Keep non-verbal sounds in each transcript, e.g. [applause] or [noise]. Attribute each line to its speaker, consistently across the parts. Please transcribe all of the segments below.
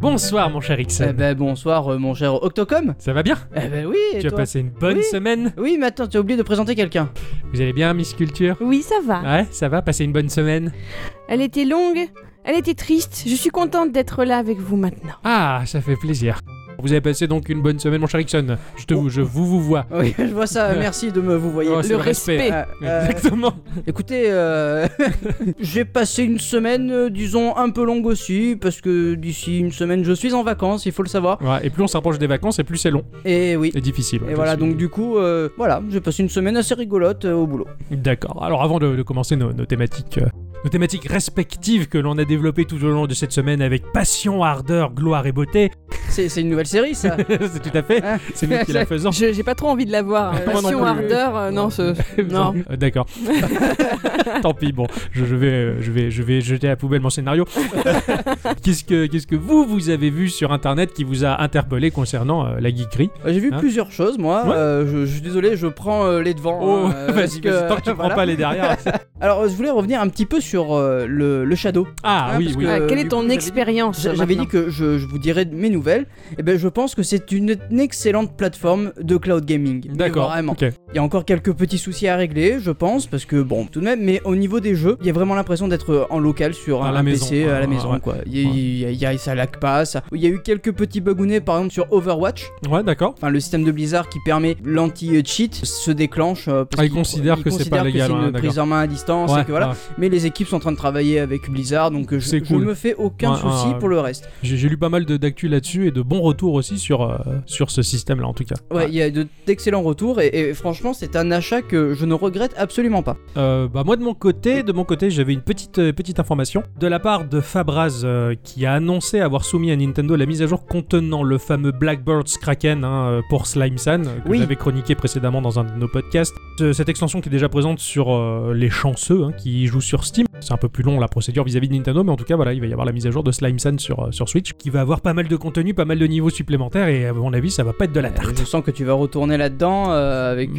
Speaker 1: Bonsoir mon cher Ixon.
Speaker 2: Eh ben bonsoir euh, mon cher Octocom.
Speaker 1: Ça va bien
Speaker 2: Eh ben oui. et
Speaker 1: Tu as
Speaker 2: toi
Speaker 1: passé une bonne
Speaker 2: Oui.
Speaker 1: semaine
Speaker 2: Oui, mais attends, tu as oublié de présenter quelqu'un.
Speaker 1: Vous allez bien, Miss Culture
Speaker 3: Oui, ça va.
Speaker 2: Ah.
Speaker 1: Ouais, ça va, passer une bonne semaine
Speaker 3: Elle était longue, elle était triste. Je suis contente d'être là avec vous maintenant.
Speaker 1: Ah, ça fait plaisir. Vous avez passé donc une bonne semaine, mon cher Ixon. Je
Speaker 2: Oh.
Speaker 1: te je vous, vous vois.
Speaker 2: [laughs] Oui, je vois [laughs] ça. Merci de me vous voyez.
Speaker 1: Oh, c'est
Speaker 3: le respect.
Speaker 2: Euh, euh, [laughs]
Speaker 1: Exactement.
Speaker 2: écoutez, euh, [laughs] j'ai passé une semaine, euh, disons, un peu longue aussi, parce que d'ici une semaine, je suis en vacances, il faut le savoir.
Speaker 1: Ouais, et plus on s'approche des vacances, et plus c'est long
Speaker 2: Et oui.
Speaker 1: et difficile.
Speaker 2: Et voilà, donc du coup, euh, voilà, j'ai passé une semaine assez rigolote euh, au boulot.
Speaker 1: D'accord. Alors avant de, de commencer nos, nos thématiques, euh, nos thématiques respectives que l'on a développées tout au long de cette semaine avec passion, ardeur, gloire et beauté, [laughs]
Speaker 2: C'est c'est une nouvelle série, [laughs] ça.
Speaker 1: c'est tout à fait,
Speaker 2: Ah.
Speaker 1: c'est nous qui la faisons.
Speaker 3: Je- J'ai pas trop envie de la voir. hein. [laughs]
Speaker 2: Euh, moi non
Speaker 3: Passion,
Speaker 2: plus.
Speaker 3: ardeur, euh, non, [laughs] ce- non.
Speaker 1: Euh, D'accord. Tant pis. Bon, je, je vais, euh, je vais, je vais jeter à la poubelle mon scénario. [laughs] qu'est-ce que, qu'est-ce que vous, vous avez vu sur Internet qui vous a interpellé concernant euh, la geekerie
Speaker 2: J'ai vu
Speaker 1: Hein
Speaker 2: plusieurs choses, moi.
Speaker 1: Ouais.
Speaker 2: Euh, je, je suis désolé, je prends euh, les devants.
Speaker 1: Oh,
Speaker 2: hein, [laughs] euh, parce
Speaker 1: [laughs] vas-y, vas-y, tant que tu prends
Speaker 2: voilà.
Speaker 1: pas les
Speaker 2: [laughs]
Speaker 1: derrière.
Speaker 2: Alors, euh, je voulais revenir un petit peu sur euh, le, le Shadow.
Speaker 1: Ah
Speaker 2: Ah,
Speaker 1: oui,
Speaker 2: parce
Speaker 1: oui.
Speaker 2: que-
Speaker 3: Ah,
Speaker 2: Euh,
Speaker 3: quelle
Speaker 2: du
Speaker 3: est
Speaker 2: coup,
Speaker 3: ton
Speaker 2: j'avais-
Speaker 3: expérience
Speaker 2: J'a- J'avais dit
Speaker 3: maintenant
Speaker 2: que je, je vous dirais de mes nouvelles. Et ben, je pense que c'est une, une excellente plateforme de cloud gaming. Mais
Speaker 1: D'accord.
Speaker 2: Vraiment.
Speaker 1: ok.
Speaker 2: Il y a encore quelques petits soucis à régler, je pense, parce que bon, tout de même. Mais au niveau des jeux, il y a vraiment l'impression d'être euh, en local sur
Speaker 1: À
Speaker 2: un
Speaker 1: la maison.
Speaker 2: PC à
Speaker 1: Ah,
Speaker 2: la maison,
Speaker 1: ouais.
Speaker 2: quoi. Il y a- il y a- il y a- ça lag pas. ça- Il y a eu quelques petits bugounets, par exemple sur Overwatch.
Speaker 1: Ouais, d'accord.
Speaker 2: Enfin, le système de Blizzard qui permet l'anti-cheat se déclenche. euh, parce
Speaker 1: Ah, ils
Speaker 2: qu'il-
Speaker 1: considèrent
Speaker 2: il
Speaker 1: que c'est pas
Speaker 2: considère
Speaker 1: légal,
Speaker 2: c'est
Speaker 1: hein,
Speaker 2: une
Speaker 1: d'accord.
Speaker 2: prise en main à distance.
Speaker 1: Ouais,
Speaker 2: et que voilà.
Speaker 1: ouais.
Speaker 2: Mais les équipes sont en train de travailler avec Blizzard, donc euh, je,
Speaker 1: C'est
Speaker 2: je
Speaker 1: cool.
Speaker 2: me fais aucun
Speaker 1: Ouais,
Speaker 2: souci
Speaker 1: ouais, ouais.
Speaker 2: pour le reste.
Speaker 1: J'ai j'ai lu pas mal de- d'actu là-dessus et de bons retours aussi sur, euh, sur ce système-là en tout cas.
Speaker 2: Ouais, il y a de- d'excellents retours et, et franchement, c'est un achat que je ne regrette absolument pas.
Speaker 1: Euh, bah moi de mon côté, de mon côté, j'avais une petite euh, petite information de la part de Fabraz euh, qui a annoncé avoir soumis à Nintendo la mise à jour contenant le fameux Blackbird's Kraken hein, euh, pour Slime San que
Speaker 2: Oui.
Speaker 1: j'avais chroniqué précédemment dans un de nos podcasts. Ce- Cette extension qui est déjà présente sur euh, les chanceux hein, qui jouent sur Steam. C'est un peu plus long la procédure vis-à-vis de Nintendo, mais en tout cas voilà, il va y avoir la mise à jour de Slime San sur euh, sur Switch qui va avoir pas mal de contenu, pas mal de niveaux supplémentaires et à mon avis ça va pas être de la
Speaker 2: Euh,
Speaker 1: tarte.
Speaker 2: Je sens que tu vas retourner là-dedans euh, avec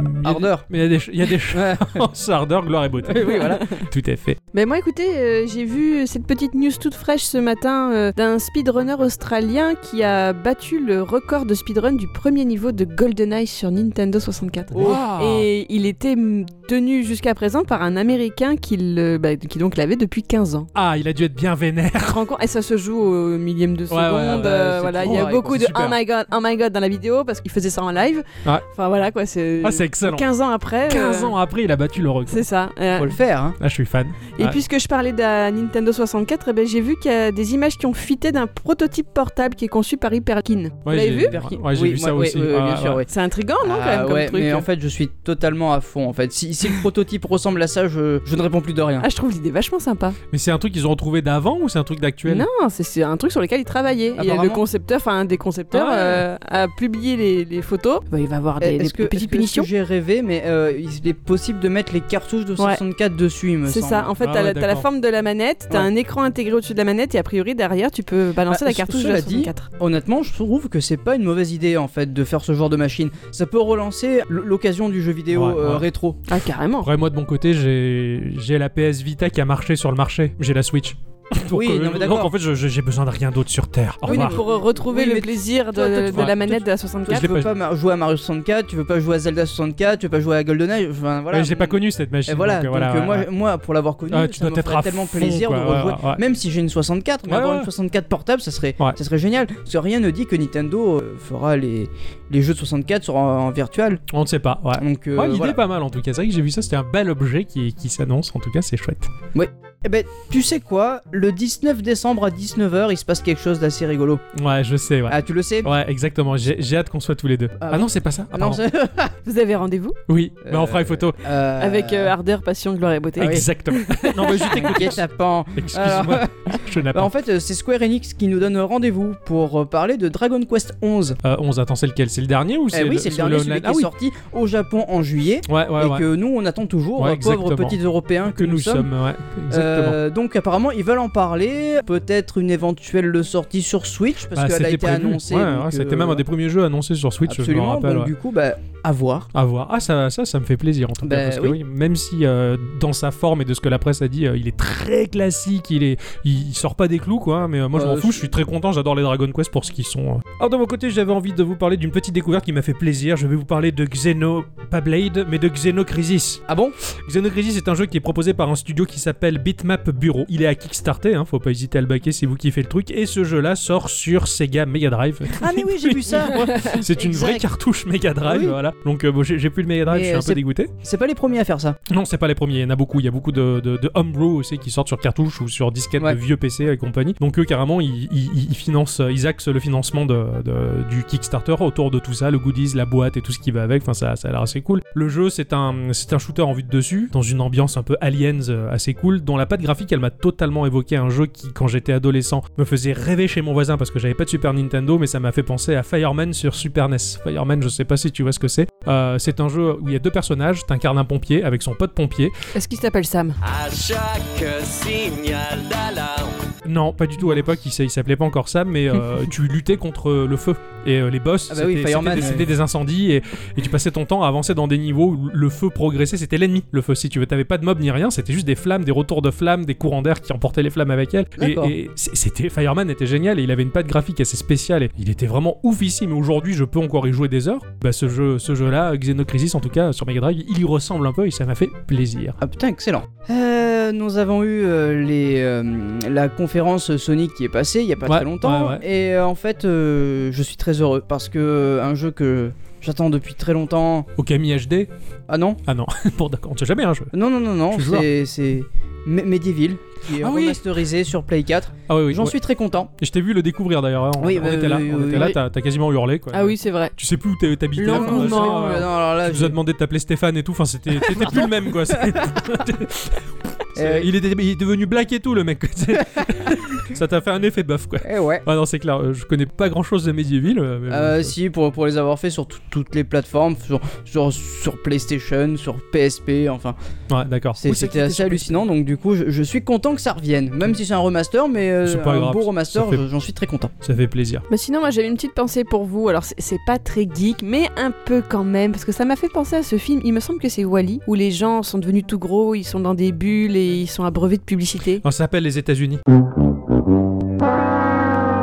Speaker 1: Mm, il y a des- [laughs]
Speaker 2: ardeur.
Speaker 1: Mais il y a des, ch- il y a
Speaker 2: [laughs]
Speaker 1: des
Speaker 2: Ouais.
Speaker 1: chances, ardeur, gloire et beauté.
Speaker 2: Oui, voilà.
Speaker 1: Tout à fait.
Speaker 3: Ben moi, écoutez, euh, j'ai vu cette petite news toute fraîche ce matin euh, d'un speedrunner australien qui a battu le record de speedrun du premier niveau de GoldenEye sur Nintendo 64.
Speaker 2: Oh.
Speaker 3: Et il était mm, tenu jusqu'à présent par un Américain qui, le- bah, qui donc l'avait depuis 15 ans.
Speaker 1: Ah, il a dû être bien vénère.
Speaker 3: Tu te rends compte Et ça se joue au millième de
Speaker 1: Ouais, ouais,
Speaker 3: seconde.
Speaker 1: ouais,
Speaker 3: euh,
Speaker 2: c'est
Speaker 3: voilà,
Speaker 2: trop
Speaker 3: il y a
Speaker 2: vrai,
Speaker 3: beaucoup
Speaker 1: quoi,
Speaker 3: de
Speaker 1: c'est
Speaker 3: oh
Speaker 1: super.
Speaker 3: my god, oh my god dans la vidéo parce qu'il faisait ça en live.
Speaker 1: Ouais.
Speaker 3: Enfin voilà quoi, c'est.
Speaker 1: Ah, [laughs] c'est excellent.
Speaker 3: 15 ans après.
Speaker 1: 15
Speaker 3: euh,
Speaker 1: ans après, il a battu le record.
Speaker 3: C'est ça. euh,
Speaker 2: Faut le faire. Hein.
Speaker 1: Ah, je suis fan.
Speaker 3: et
Speaker 1: Ouais.
Speaker 3: puisque je parlais de la Nintendo 64, eh ben, j'ai vu qu'il y a des images qui ont fuité d'un prototype portable qui est conçu par Hyperkin. Vous
Speaker 1: Ouais,
Speaker 3: l'avez
Speaker 1: j'ai-
Speaker 3: vu
Speaker 1: ouais,
Speaker 2: Perkin.
Speaker 1: ouais, j'ai
Speaker 2: Oui,
Speaker 1: vu
Speaker 2: moi,
Speaker 1: ça
Speaker 2: oui,
Speaker 1: aussi.
Speaker 2: oui, oui,
Speaker 1: Ah,
Speaker 2: bien sûr,
Speaker 1: ouais.
Speaker 2: oui.
Speaker 3: C'est intriguant, non, quand même,
Speaker 2: Ah
Speaker 3: comme
Speaker 2: ouais,
Speaker 3: truc hein.
Speaker 2: mais en fait, je suis totalement à fond. En fait, si, si le prototype ressemble à ça, je, je ne réponds plus de rien.
Speaker 3: Ah, je trouve l'idée vachement sympa.
Speaker 1: Mais c'est un truc qu'ils ont retrouvé d'avant ou c'est un truc d'actuel
Speaker 3: Non, c'est- c'est un truc sur lequel il travaillait. Il y a le
Speaker 2: Apparemment.
Speaker 3: concepteur, enfin un des concepteurs,
Speaker 1: Ah ouais.
Speaker 3: euh, a publié les, les photos. Bah, il va avoir des, des
Speaker 2: Est-ce que, est-ce
Speaker 3: petites
Speaker 2: que- est-ce que
Speaker 3: punitions.
Speaker 2: j'ai rêvé, mais euh, il est possible de mettre les cartouches de
Speaker 3: Ouais.
Speaker 2: 64 dessus, il me
Speaker 3: C'est
Speaker 2: semble.
Speaker 3: ça, en fait,
Speaker 1: Ah
Speaker 3: t'as
Speaker 1: ouais,
Speaker 3: la- t'as la
Speaker 1: d'accord.
Speaker 3: forme de la manette, t'as
Speaker 2: Ouais.
Speaker 3: un écran intégré au-dessus de la manette, et a priori, derrière, tu peux balancer
Speaker 2: Bah,
Speaker 3: la
Speaker 2: ce-
Speaker 3: cartouche de
Speaker 2: cela
Speaker 3: la
Speaker 2: dit,
Speaker 3: 64.
Speaker 2: Honnêtement, je trouve que c'est pas une mauvaise idée en fait de faire ce genre de machine. Ça peut relancer l- l'occasion du jeu vidéo
Speaker 1: Ouais,
Speaker 2: euh,
Speaker 1: ouais.
Speaker 2: rétro.
Speaker 3: Ah, carrément.
Speaker 1: Après, moi, de mon côté, j'ai j'ai la PS Vita qui a marché sur le marché. J'ai la Switch. Donc,
Speaker 2: [laughs] Oui, non, mais d'accord.
Speaker 1: donc, en fait, je- je- j'ai besoin de rien d'autre sur Terre. Au
Speaker 2: Oui, mais
Speaker 1: revoir.
Speaker 3: Pour euh, retrouver
Speaker 2: Oui,
Speaker 3: le
Speaker 2: mais
Speaker 3: plaisir
Speaker 2: toi, toi,
Speaker 3: de,
Speaker 2: tu-
Speaker 3: de la
Speaker 1: ouais.
Speaker 3: manette de la
Speaker 2: Toi,
Speaker 3: 64.
Speaker 1: l'ai
Speaker 2: tu veux
Speaker 1: pas-
Speaker 2: pas ma- jouer à Mario 64, tu veux pas jouer à Zelda 64, tu veux pas jouer à GoldenEye. Enfin, voilà.
Speaker 1: Mais je l'ai pas connu cette machine.
Speaker 2: Et voilà,
Speaker 1: donc,
Speaker 2: donc,
Speaker 1: euh, voilà,
Speaker 2: euh, moi,
Speaker 1: ouais.
Speaker 2: moi, pour l'avoir connu,
Speaker 1: Ah, tu
Speaker 2: ça
Speaker 1: dois
Speaker 2: me
Speaker 1: être
Speaker 2: ferait
Speaker 1: à
Speaker 2: tellement
Speaker 1: fond,
Speaker 2: plaisir
Speaker 1: quoi,
Speaker 2: de
Speaker 1: ouais,
Speaker 2: rejouer.
Speaker 1: ouais, ouais.
Speaker 2: Même si j'ai une 64, mais
Speaker 1: Ouais,
Speaker 2: avoir
Speaker 1: ouais.
Speaker 2: une 64 portable, ça serait,
Speaker 1: Ouais.
Speaker 2: ça serait génial. Parce que rien ne dit que Nintendo euh, fera les, les jeux de 64 sur, en, en virtuel.
Speaker 1: On ne sait pas. Ouais.
Speaker 2: Donc, euh,
Speaker 1: Ouais, l'idée
Speaker 2: voilà.
Speaker 1: est pas mal en tout cas. C'est vrai que j'ai vu ça, c'était un bel objet qui, qui s'annonce. En tout cas, c'est chouette.
Speaker 2: Eh ben, tu sais quoi Le 19 décembre à 19h, il se passe quelque chose d'assez rigolo.
Speaker 1: Ouais, je sais. Ouais,
Speaker 2: Ah, tu le sais
Speaker 1: ouais exactement. J'ai j'ai hâte qu'on soit tous les deux.
Speaker 2: Ah
Speaker 1: Ah,
Speaker 2: bon
Speaker 1: non, c'est pas ça. Ah,
Speaker 2: Non,
Speaker 1: pardon.
Speaker 2: c'est- [laughs]
Speaker 3: Vous avez rendez-vous
Speaker 1: Oui, mais on fera
Speaker 2: Euh,
Speaker 1: une photo.
Speaker 2: euh,
Speaker 3: avec euh, ardeur, passion, gloire et beauté.
Speaker 2: Ah oui. [laughs]
Speaker 1: Exactement. non, mais je [laughs]
Speaker 2: un
Speaker 1: t'écoute.
Speaker 2: guet-apens.
Speaker 1: Excuse-moi, [laughs] je n'ai
Speaker 2: Bah,
Speaker 1: pas.
Speaker 2: en fait, euh, c'est Square Enix qui nous donne rendez-vous pour euh, parler de Dragon Quest 11.
Speaker 1: Euh, 11, attends, c'est lequel C'est le dernier ou c'est
Speaker 2: Eh
Speaker 1: le,
Speaker 2: oui, c'est le
Speaker 1: sur le
Speaker 2: dernier celui
Speaker 1: online
Speaker 2: qui est sorti au Japon en juillet
Speaker 1: Ah oui, ouais, ouais,
Speaker 2: et
Speaker 1: ouais.
Speaker 2: que nous on attend toujours,
Speaker 1: Ouais,
Speaker 2: euh, pauvres
Speaker 1: exactement.
Speaker 2: petits Européens que,
Speaker 1: Que nous sommes, ouais, exactement.
Speaker 2: Euh, donc apparemment ils veulent en parler, peut-être une éventuelle sortie sur Switch parce
Speaker 1: Bah,
Speaker 2: qu'elle a
Speaker 1: c'était
Speaker 2: été
Speaker 1: prévu.
Speaker 2: annoncée.
Speaker 1: Ouais,
Speaker 2: donc,
Speaker 1: ouais, c'était
Speaker 2: euh,
Speaker 1: même un des premiers jeux annoncés sur Switch,
Speaker 2: Absolument,
Speaker 1: je me rappelle.
Speaker 2: donc
Speaker 1: ouais.
Speaker 2: du coup bah, à voir.
Speaker 1: À voir. Ah, ça, ça, ça me fait plaisir en tout cas.
Speaker 2: Ben
Speaker 1: parce que
Speaker 2: oui.
Speaker 1: oui, même si euh, dans sa forme et de ce que la presse a dit, euh, il est très classique, il, est, il, il sort pas des clous quoi. Mais euh, moi, je
Speaker 2: Euh,
Speaker 1: m'en fous,
Speaker 2: je-
Speaker 1: je suis très content, j'adore les Dragon Quest pour ce qu'ils sont. euh. Alors, de mon côté, j'avais envie de vous parler d'une petite découverte qui m'a fait plaisir. Je vais vous parler de Xeno, pas Blade, mais de Xenocrisis.
Speaker 2: Ah bon
Speaker 1: Xenocrisis est un jeu qui est proposé par un studio qui s'appelle Bitmap Bureau. Il est à Kickstarter, hein, faut pas hésiter à le baquer si vous kiffez le truc. Et ce jeu-là sort sur Sega Mega Drive.
Speaker 2: Ah mais oui, j'ai vu ça.
Speaker 1: [laughs] C'est une vraie
Speaker 4: Exact.
Speaker 1: cartouche Mega Drive,
Speaker 2: Oui.
Speaker 1: voilà. Donc euh, bon, j'ai j'ai plus le Mega Drive,
Speaker 2: Mais,
Speaker 1: je suis
Speaker 2: euh,
Speaker 1: un peu
Speaker 2: c'est-
Speaker 1: dégoûté.
Speaker 2: C'est pas les premiers à faire ça.
Speaker 1: Non, c'est pas les premiers, il y en a beaucoup. Il y a beaucoup de, de, de homebrew aussi qui sortent sur cartouche ou sur disquette
Speaker 2: Ouais.
Speaker 1: de vieux PC et compagnie. Donc eux, carrément, ils, ils- ils financent, euh, ils axent le financement de- de- du Kickstarter autour de tout ça, le goodies, la boîte et tout ce qui va avec. Enfin, ça, ça a l'air assez cool. Le jeu, c'est un, c'est un shooter en vue de dessus, dans une ambiance un peu aliens euh, assez cool, dont la patte graphique, elle m'a totalement évoqué un jeu qui, quand j'étais adolescent, me faisait rêver chez mon voisin parce que j'avais pas de Super Nintendo, mais ça m'a fait penser à Fireman sur Super E NES. Fireman, je sais pas si tu vois ce que c'est. Euh, c'est un jeu où il y a deux personnages, t'incarnes un pompier avec son pote pompier.
Speaker 3: Est-ce qu'il s'appelle Sam
Speaker 5: À chaque signal d'alarme.
Speaker 1: Non, pas du tout à l'époque, il, s- il s'appelait pas encore Sam, mais
Speaker 2: [laughs]
Speaker 1: euh, tu luttais contre le feu. Et euh, les boss,
Speaker 2: Ah bah oui,
Speaker 1: c'était- c'était
Speaker 2: Fireman,
Speaker 1: des-
Speaker 2: ouais.
Speaker 1: c'était des incendies et, et tu passais ton temps à avancer dans des niveaux où le feu progressait, c'était l'ennemi, le feu. Si tu veux, t'avais pas de mob ni rien, c'était juste des flammes, des retours de flammes, des courants d'air qui emportaient les flammes avec elles. Et,
Speaker 2: D'accord.
Speaker 1: et c- c'était Fireman était génial et il avait une patte graphique assez spéciale et il était vraiment oufissime. Et aujourd'hui, je peux encore y jouer des heures. Bah, ce jeu, ce jeu-là, Xenocrisis en tout cas sur Mega Drive, il y ressemble un peu et ça m'a fait plaisir.
Speaker 2: Ah putain, excellent. Euh, nous avons eu euh, les, euh, la conférence Sonic qui est passée il y a pas
Speaker 1: Ouais,
Speaker 2: très longtemps.
Speaker 1: ouais,
Speaker 2: Et euh, en fait, euh, je suis très heureux parce que euh, un jeu que j'attends depuis très longtemps.
Speaker 1: Okami HD,
Speaker 2: Ah non
Speaker 1: ah non, [laughs] bon d'accord, on sait jamais un jeu.
Speaker 2: Non, non, non, non.
Speaker 1: Je suis joueur.
Speaker 2: C'est c'est Me- Medieval qui est
Speaker 1: Ah oui.
Speaker 2: remasterisé sur Play 4.
Speaker 1: Ah oui, oui.
Speaker 2: J'en
Speaker 1: ouais.
Speaker 2: suis très content.
Speaker 1: Et Je t'ai vu le découvrir d'ailleurs, hein. on,
Speaker 2: Oui,
Speaker 1: on
Speaker 2: bah,
Speaker 1: était là,
Speaker 2: oui,
Speaker 1: on
Speaker 2: oui,
Speaker 1: était
Speaker 2: oui.
Speaker 1: là, t'as t'as quasiment hurlé quoi.
Speaker 3: Ah oui, c'est vrai.
Speaker 1: Tu sais plus où t'es- t'habitais. enfin,
Speaker 3: L'engouement,
Speaker 1: ça,
Speaker 3: non,
Speaker 1: euh,
Speaker 2: Euh, non, alors là,
Speaker 1: Tu nous as
Speaker 2: j'ai-
Speaker 1: demandé de t'appeler Stéphane et tout, enfin c'était t'étais plus le même
Speaker 2: [laughs]
Speaker 1: quoi. C'est- c'est-
Speaker 2: Eh oui.
Speaker 1: il, était, il est devenu black et tout le mec. quoi. C'est-
Speaker 2: [laughs]
Speaker 1: ça t'a fait un effet bof quoi.
Speaker 2: Eh ouais.
Speaker 1: Ah non c'est clair, euh, je connais pas grand chose de Medieval. euh, mais bon,
Speaker 2: Euh,
Speaker 1: je-
Speaker 2: si, pour, pour les avoir fait sur tout- toutes les plateformes, sur, sur, sur PlayStation, sur PSP, enfin,
Speaker 1: Ouais d'accord.
Speaker 2: c'est-
Speaker 1: Oui, c'est
Speaker 2: c'était assez hallucinant. Donc, du coup, je, je suis content que ça revienne, même si c'est un remaster, mais euh,
Speaker 1: C'est pas
Speaker 2: un
Speaker 1: grave,
Speaker 2: beau
Speaker 1: ça
Speaker 2: remaster,
Speaker 1: fait-
Speaker 2: je- j'en suis très content.
Speaker 1: Ça fait plaisir.
Speaker 3: Mais Bah, sinon, moi j'avais une petite pensée pour vous. Alors, c'est- c'est pas très geek, mais un peu quand même, parce que ça m'a fait penser à ce film. Il me semble que c'est Wally, où les gens sont devenus tout gros, ils sont dans des bulles et ils sont abreuvés de publicité.
Speaker 1: On s'appelle les États-Unis.
Speaker 2: [laughs]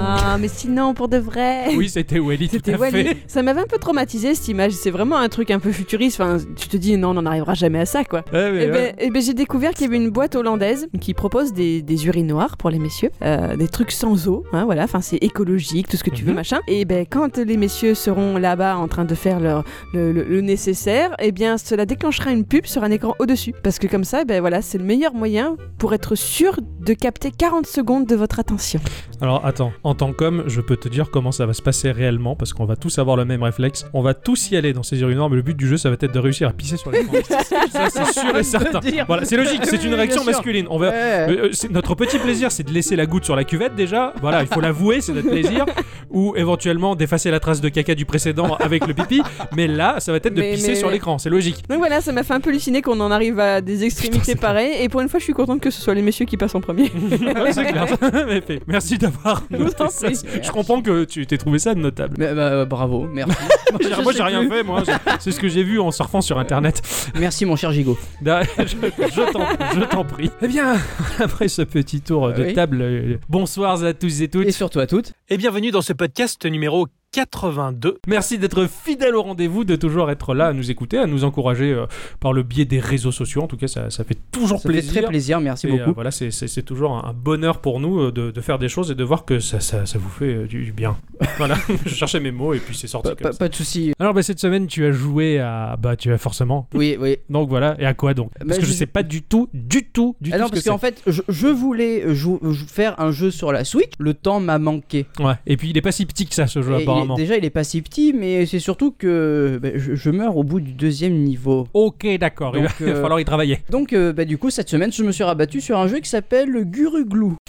Speaker 3: Ah, mais sinon, pour de vrai.
Speaker 1: Oui c'était Wally tout
Speaker 3: C'était
Speaker 1: à fait.
Speaker 3: Wally. Ça m'avait un peu traumatisé cette image. C'est vraiment un truc un peu futuriste. Enfin, tu te dis non, on n'en arrivera jamais à ça, quoi.
Speaker 1: Ouais, mais
Speaker 3: Eh
Speaker 1: ouais.
Speaker 3: ben, eh ben, j'ai découvert qu'il y avait une boîte hollandaise qui propose des, des urinoirs pour les messieurs, euh, des trucs sans eau, hein, voilà, enfin c'est écologique, tout ce que tu veux,
Speaker 1: Mhm.
Speaker 3: machin. Et ben quand les messieurs seront là-bas en train de faire leur le, le- le nécessaire, eh bien cela déclenchera une pub sur un écran au-dessus, parce que comme ça, ben voilà, c'est le meilleur moyen pour être sûr de capter 40 secondes de votre attention.
Speaker 1: Alors attends, en tant qu'homme, je peux te dire comment ça va se passer réellement parce qu'on va tous avoir le même réflexe. On va tous y aller dans ces urinoirs, mais le but du jeu, ça va être de réussir à pisser sur les gens. ça, c'est
Speaker 2: [laughs]
Speaker 1: sûr et certain. Voilà, c'est logique, c'est une
Speaker 2: Oui,
Speaker 1: réaction
Speaker 2: bien sûr.
Speaker 1: masculine. On va.
Speaker 2: Ouais.
Speaker 1: Euh, euh, c'est- notre petit plaisir, c'est de laisser la goutte sur la cuvette déjà. Voilà, il faut l'avouer, c'est notre plaisir. Ou éventuellement d'effacer la trace de caca du précédent avec le pipi. Mais là, ça va être de
Speaker 3: Mais-
Speaker 1: pisser
Speaker 3: mais-
Speaker 1: sur
Speaker 3: mais-
Speaker 1: l'écran, c'est logique.
Speaker 3: Donc voilà, ça m'a fait un peu halluciner qu'on en arrive à des extrémités pareilles, et pour une fois, je suis contente que ce soit les messieurs qui passent en [laughs] premier.
Speaker 1: Ouais, c'est clair. [laughs] Mais fait, Merci d'avoir
Speaker 3: vous
Speaker 1: noté
Speaker 3: en
Speaker 1: ça.
Speaker 3: prie.
Speaker 1: Je comprends que tu t'es trouvé ça de notable.
Speaker 2: Mais, bah, euh, bravo, merci.
Speaker 1: J'ai-
Speaker 2: Je
Speaker 1: moi
Speaker 2: sais
Speaker 1: j'ai rien
Speaker 2: plus.
Speaker 1: fait, [laughs] moi. C'est- C'est ce que j'ai vu en surfant sur internet.
Speaker 2: merci, mon cher Gigot.
Speaker 1: Da- je je t'en- je t'en prie. Eh bien, [laughs] après ce petit tour de
Speaker 2: Oui.
Speaker 1: table, euh, bonsoir à tous et
Speaker 2: Et
Speaker 1: toutes.
Speaker 2: surtout à toutes.
Speaker 1: Et bienvenue dans ce podcast numéro 82. Merci d'être fidèle au rendez-vous, de toujours être là à nous écouter, à nous encourager euh, par le biais des réseaux sociaux. En tout cas, ça, ça fait toujours
Speaker 2: Ça fait
Speaker 1: plaisir.
Speaker 2: très plaisir, merci
Speaker 1: Et, euh,
Speaker 2: beaucoup.
Speaker 1: voilà, c'est- c'est c'est toujours un un bonheur pour nous euh, de, de faire des choses et de voir que ça, ça, ça vous fait euh, du, du bien. Voilà, [laughs] je cherchais mes mots et puis c'est sorti.
Speaker 2: Pas,
Speaker 1: comme
Speaker 2: pas-
Speaker 1: ça.
Speaker 2: pas de soucis.
Speaker 1: Alors bah, cette semaine, tu as joué à... Bah tu as forcément...
Speaker 2: Oui, oui.
Speaker 1: Donc voilà, et à quoi donc Parce
Speaker 2: Bah,
Speaker 1: que je
Speaker 2: je-
Speaker 1: sais pas du tout, du tout, du
Speaker 2: Ah
Speaker 1: tout
Speaker 2: non,
Speaker 1: ce
Speaker 2: parce
Speaker 1: que
Speaker 2: qu'en
Speaker 1: c'est.
Speaker 2: fait, je, je voulais euh, jou- jou- faire un jeu sur la Switch. Le temps m'a manqué.
Speaker 1: Ouais. Et puis il est pas si petit que ça ce jeu
Speaker 2: Et il est-
Speaker 1: apparemment.
Speaker 2: déjà, il est pas si petit, mais c'est surtout que bah, je, je meurs au bout du deuxième niveau.
Speaker 1: Ok, d'accord. Il va
Speaker 2: Donc,
Speaker 1: [laughs] il va
Speaker 2: euh,
Speaker 1: falloir y
Speaker 2: [laughs]
Speaker 1: travailler.
Speaker 2: Donc, euh, bah, du coup, cette semaine, je me suis rabattu sur un jeu qui s'appelle Guruglou.
Speaker 1: [laughs]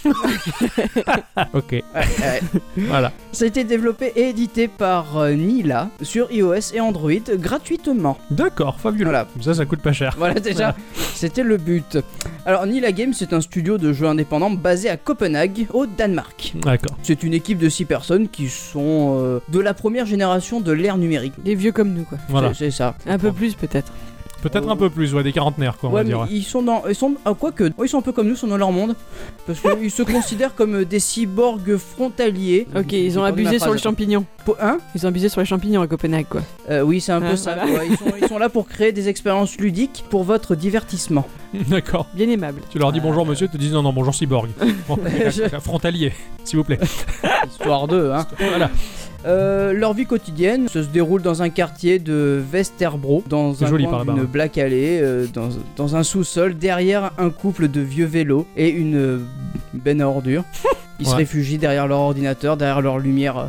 Speaker 1: Ok,
Speaker 2: Ouais, ouais.
Speaker 1: voilà.
Speaker 2: Ça a été développé et édité par euh, Nila sur iOS et Android gratuitement.
Speaker 1: D'accord, fabuleux.
Speaker 2: Voilà.
Speaker 1: Comme Ça, ça coûte pas cher.
Speaker 2: Voilà déjà, c'était le but. Alors Nila Games, c'est un studio de jeux indépendants basé à Copenhague, au Danemark.
Speaker 1: D'accord.
Speaker 2: C'est une équipe de 6 personnes qui sont euh, euh, de la première génération de l'ère numérique.
Speaker 3: Les vieux comme nous, quoi.
Speaker 1: Voilà.
Speaker 2: C'est c'est ça.
Speaker 3: Un peu plus, peut-être.
Speaker 1: Peut-être un peu plus, ouais, des quarantenaires, quoi, on
Speaker 2: Ouais,
Speaker 1: va dire.
Speaker 2: mais ils sont dans. Ils sont. ah, quoique, ouais, ils sont un peu comme nous, ils sont dans leur monde.
Speaker 1: [laughs]
Speaker 2: Parce qu'ils se considèrent comme euh, des cyborgs frontaliers.
Speaker 3: Ok, ils ont abusé sur le
Speaker 2: champignon.
Speaker 3: champignon.
Speaker 2: Hein
Speaker 3: Ils ont abusé sur les champignons à Copenhague, quoi.
Speaker 2: Euh, oui, c'est un peu
Speaker 3: Ah,
Speaker 2: ça.
Speaker 3: voilà.
Speaker 2: quoi. Ils, sont, ils sont là pour créer des expériences ludiques pour votre divertissement.
Speaker 1: ouais. [laughs] D'accord.
Speaker 3: Bien aimable.
Speaker 1: Tu leur dis
Speaker 2: Euh,
Speaker 1: bonjour monsieur, ils te disent non, non, bonjour
Speaker 2: [laughs]
Speaker 1: cyborg. Bon,
Speaker 2: Je-
Speaker 1: Frontalier, s'il vous plaît.
Speaker 2: Histoire d'eux, hein.
Speaker 1: Voilà.
Speaker 2: Euh, leur vie quotidienne se se déroule dans un quartier de Vesterbro, dans
Speaker 1: C'est
Speaker 2: un
Speaker 1: joli
Speaker 2: coin
Speaker 1: par là-bas,
Speaker 2: d'une
Speaker 1: hein.
Speaker 2: Black Alley, euh, dans, dans un sous-sol, derrière un couple de vieux vélos et une euh, benne
Speaker 1: [laughs]
Speaker 2: à ordures. Ils se
Speaker 1: Ouais.
Speaker 2: réfugient derrière leur ordinateur, derrière leur lumière euh,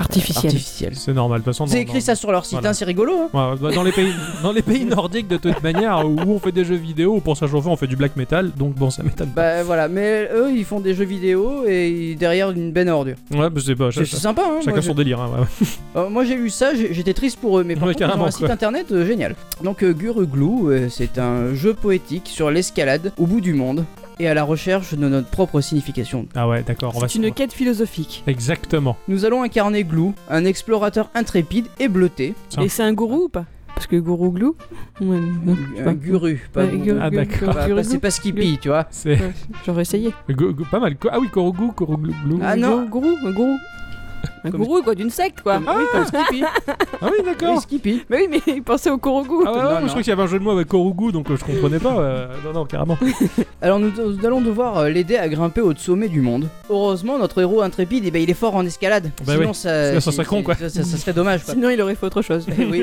Speaker 3: Artificiel.
Speaker 2: artificielle.
Speaker 1: C'est normal, de toute façon.
Speaker 2: C'est
Speaker 1: dans-
Speaker 2: écrit ça sur leur site,
Speaker 1: Voilà.
Speaker 2: hein, c'est rigolo. Hein
Speaker 1: Ouais, bah, dans, les pays, [laughs] dans les pays nordiques, de toute manière, où on fait des jeux vidéo, pour s'achauffer, on fait du black metal, donc bon, ça m'étonne pas.
Speaker 2: bah voilà, mais eux ils font des jeux vidéo et ils- derrière une benne à ordures.
Speaker 1: Ouais, bah, c'est pas.
Speaker 2: C'est
Speaker 1: cha-
Speaker 2: c'est sympa, hein
Speaker 1: Chacun
Speaker 2: moi,
Speaker 1: son délire, hein, ouais.
Speaker 2: Euh, moi j'ai lu ça, j'ai- j'étais triste pour eux, mais par
Speaker 1: Ouais,
Speaker 2: contre, ils ont
Speaker 1: carrément,
Speaker 2: un
Speaker 1: quoi.
Speaker 2: site internet euh, génial. Donc euh, Guruglou, euh, c'est un jeu poétique sur l'escalade au bout du monde et à la recherche de notre propre signification.
Speaker 1: Ah ouais, d'accord, on va
Speaker 3: C'est une
Speaker 1: se-
Speaker 3: quête philosophique.
Speaker 1: Exactement.
Speaker 2: Nous allons incarner Glou, un explorateur intrépide et bleuté,
Speaker 1: Ça.
Speaker 3: Et c'est un gourou ou pas Parce que gourou glou. Ouais, non, Hein, je sais
Speaker 2: un
Speaker 3: pas.
Speaker 2: Euh, guru, pas
Speaker 3: Ouais,
Speaker 2: Glou.
Speaker 3: gourou,
Speaker 1: Ah,
Speaker 3: gourou,
Speaker 1: d'accord.
Speaker 2: Bah,
Speaker 3: gourou,
Speaker 2: bah,
Speaker 3: gourou.
Speaker 2: c'est pas Skippy, tu vois.
Speaker 1: C'est
Speaker 3: Ouais, J'aurais essayé.
Speaker 1: go- go- pas mal. Ko- Ah oui, Korogu, Korogu.
Speaker 2: Ah non.
Speaker 3: Gourou, un gourou. Un
Speaker 2: Comme-
Speaker 3: gourou, quoi, d'une secte, quoi. Ah.
Speaker 2: Comme- oui, comme Skippy.
Speaker 1: Ah oui,
Speaker 2: Oui,
Speaker 1: d'accord.
Speaker 2: Skippy.
Speaker 3: Bah oui, mais [laughs] il pensait au gourou.
Speaker 1: Ah ouais, ouais,
Speaker 2: Non,
Speaker 1: mais
Speaker 2: non.
Speaker 1: je crois qu'il y avait un jeu de mots avec Korogu, donc euh, je comprenais pas. euh, Non, non, carrément.
Speaker 2: [laughs] Alors nous, nous allons devoir euh, l'aider à grimper au sommet du monde. Heureusement, notre héros intrépide, eh ben, il est fort en escalade.
Speaker 1: Bah
Speaker 2: Sinon,
Speaker 1: ouais.
Speaker 2: ça,
Speaker 1: Sinon, ça serait
Speaker 2: si-
Speaker 1: con,
Speaker 2: si-
Speaker 1: quoi.
Speaker 2: Ça, ça serait
Speaker 1: [laughs]
Speaker 2: dommage. Quoi.
Speaker 3: Sinon, il aurait fait autre chose.
Speaker 2: Eh oui,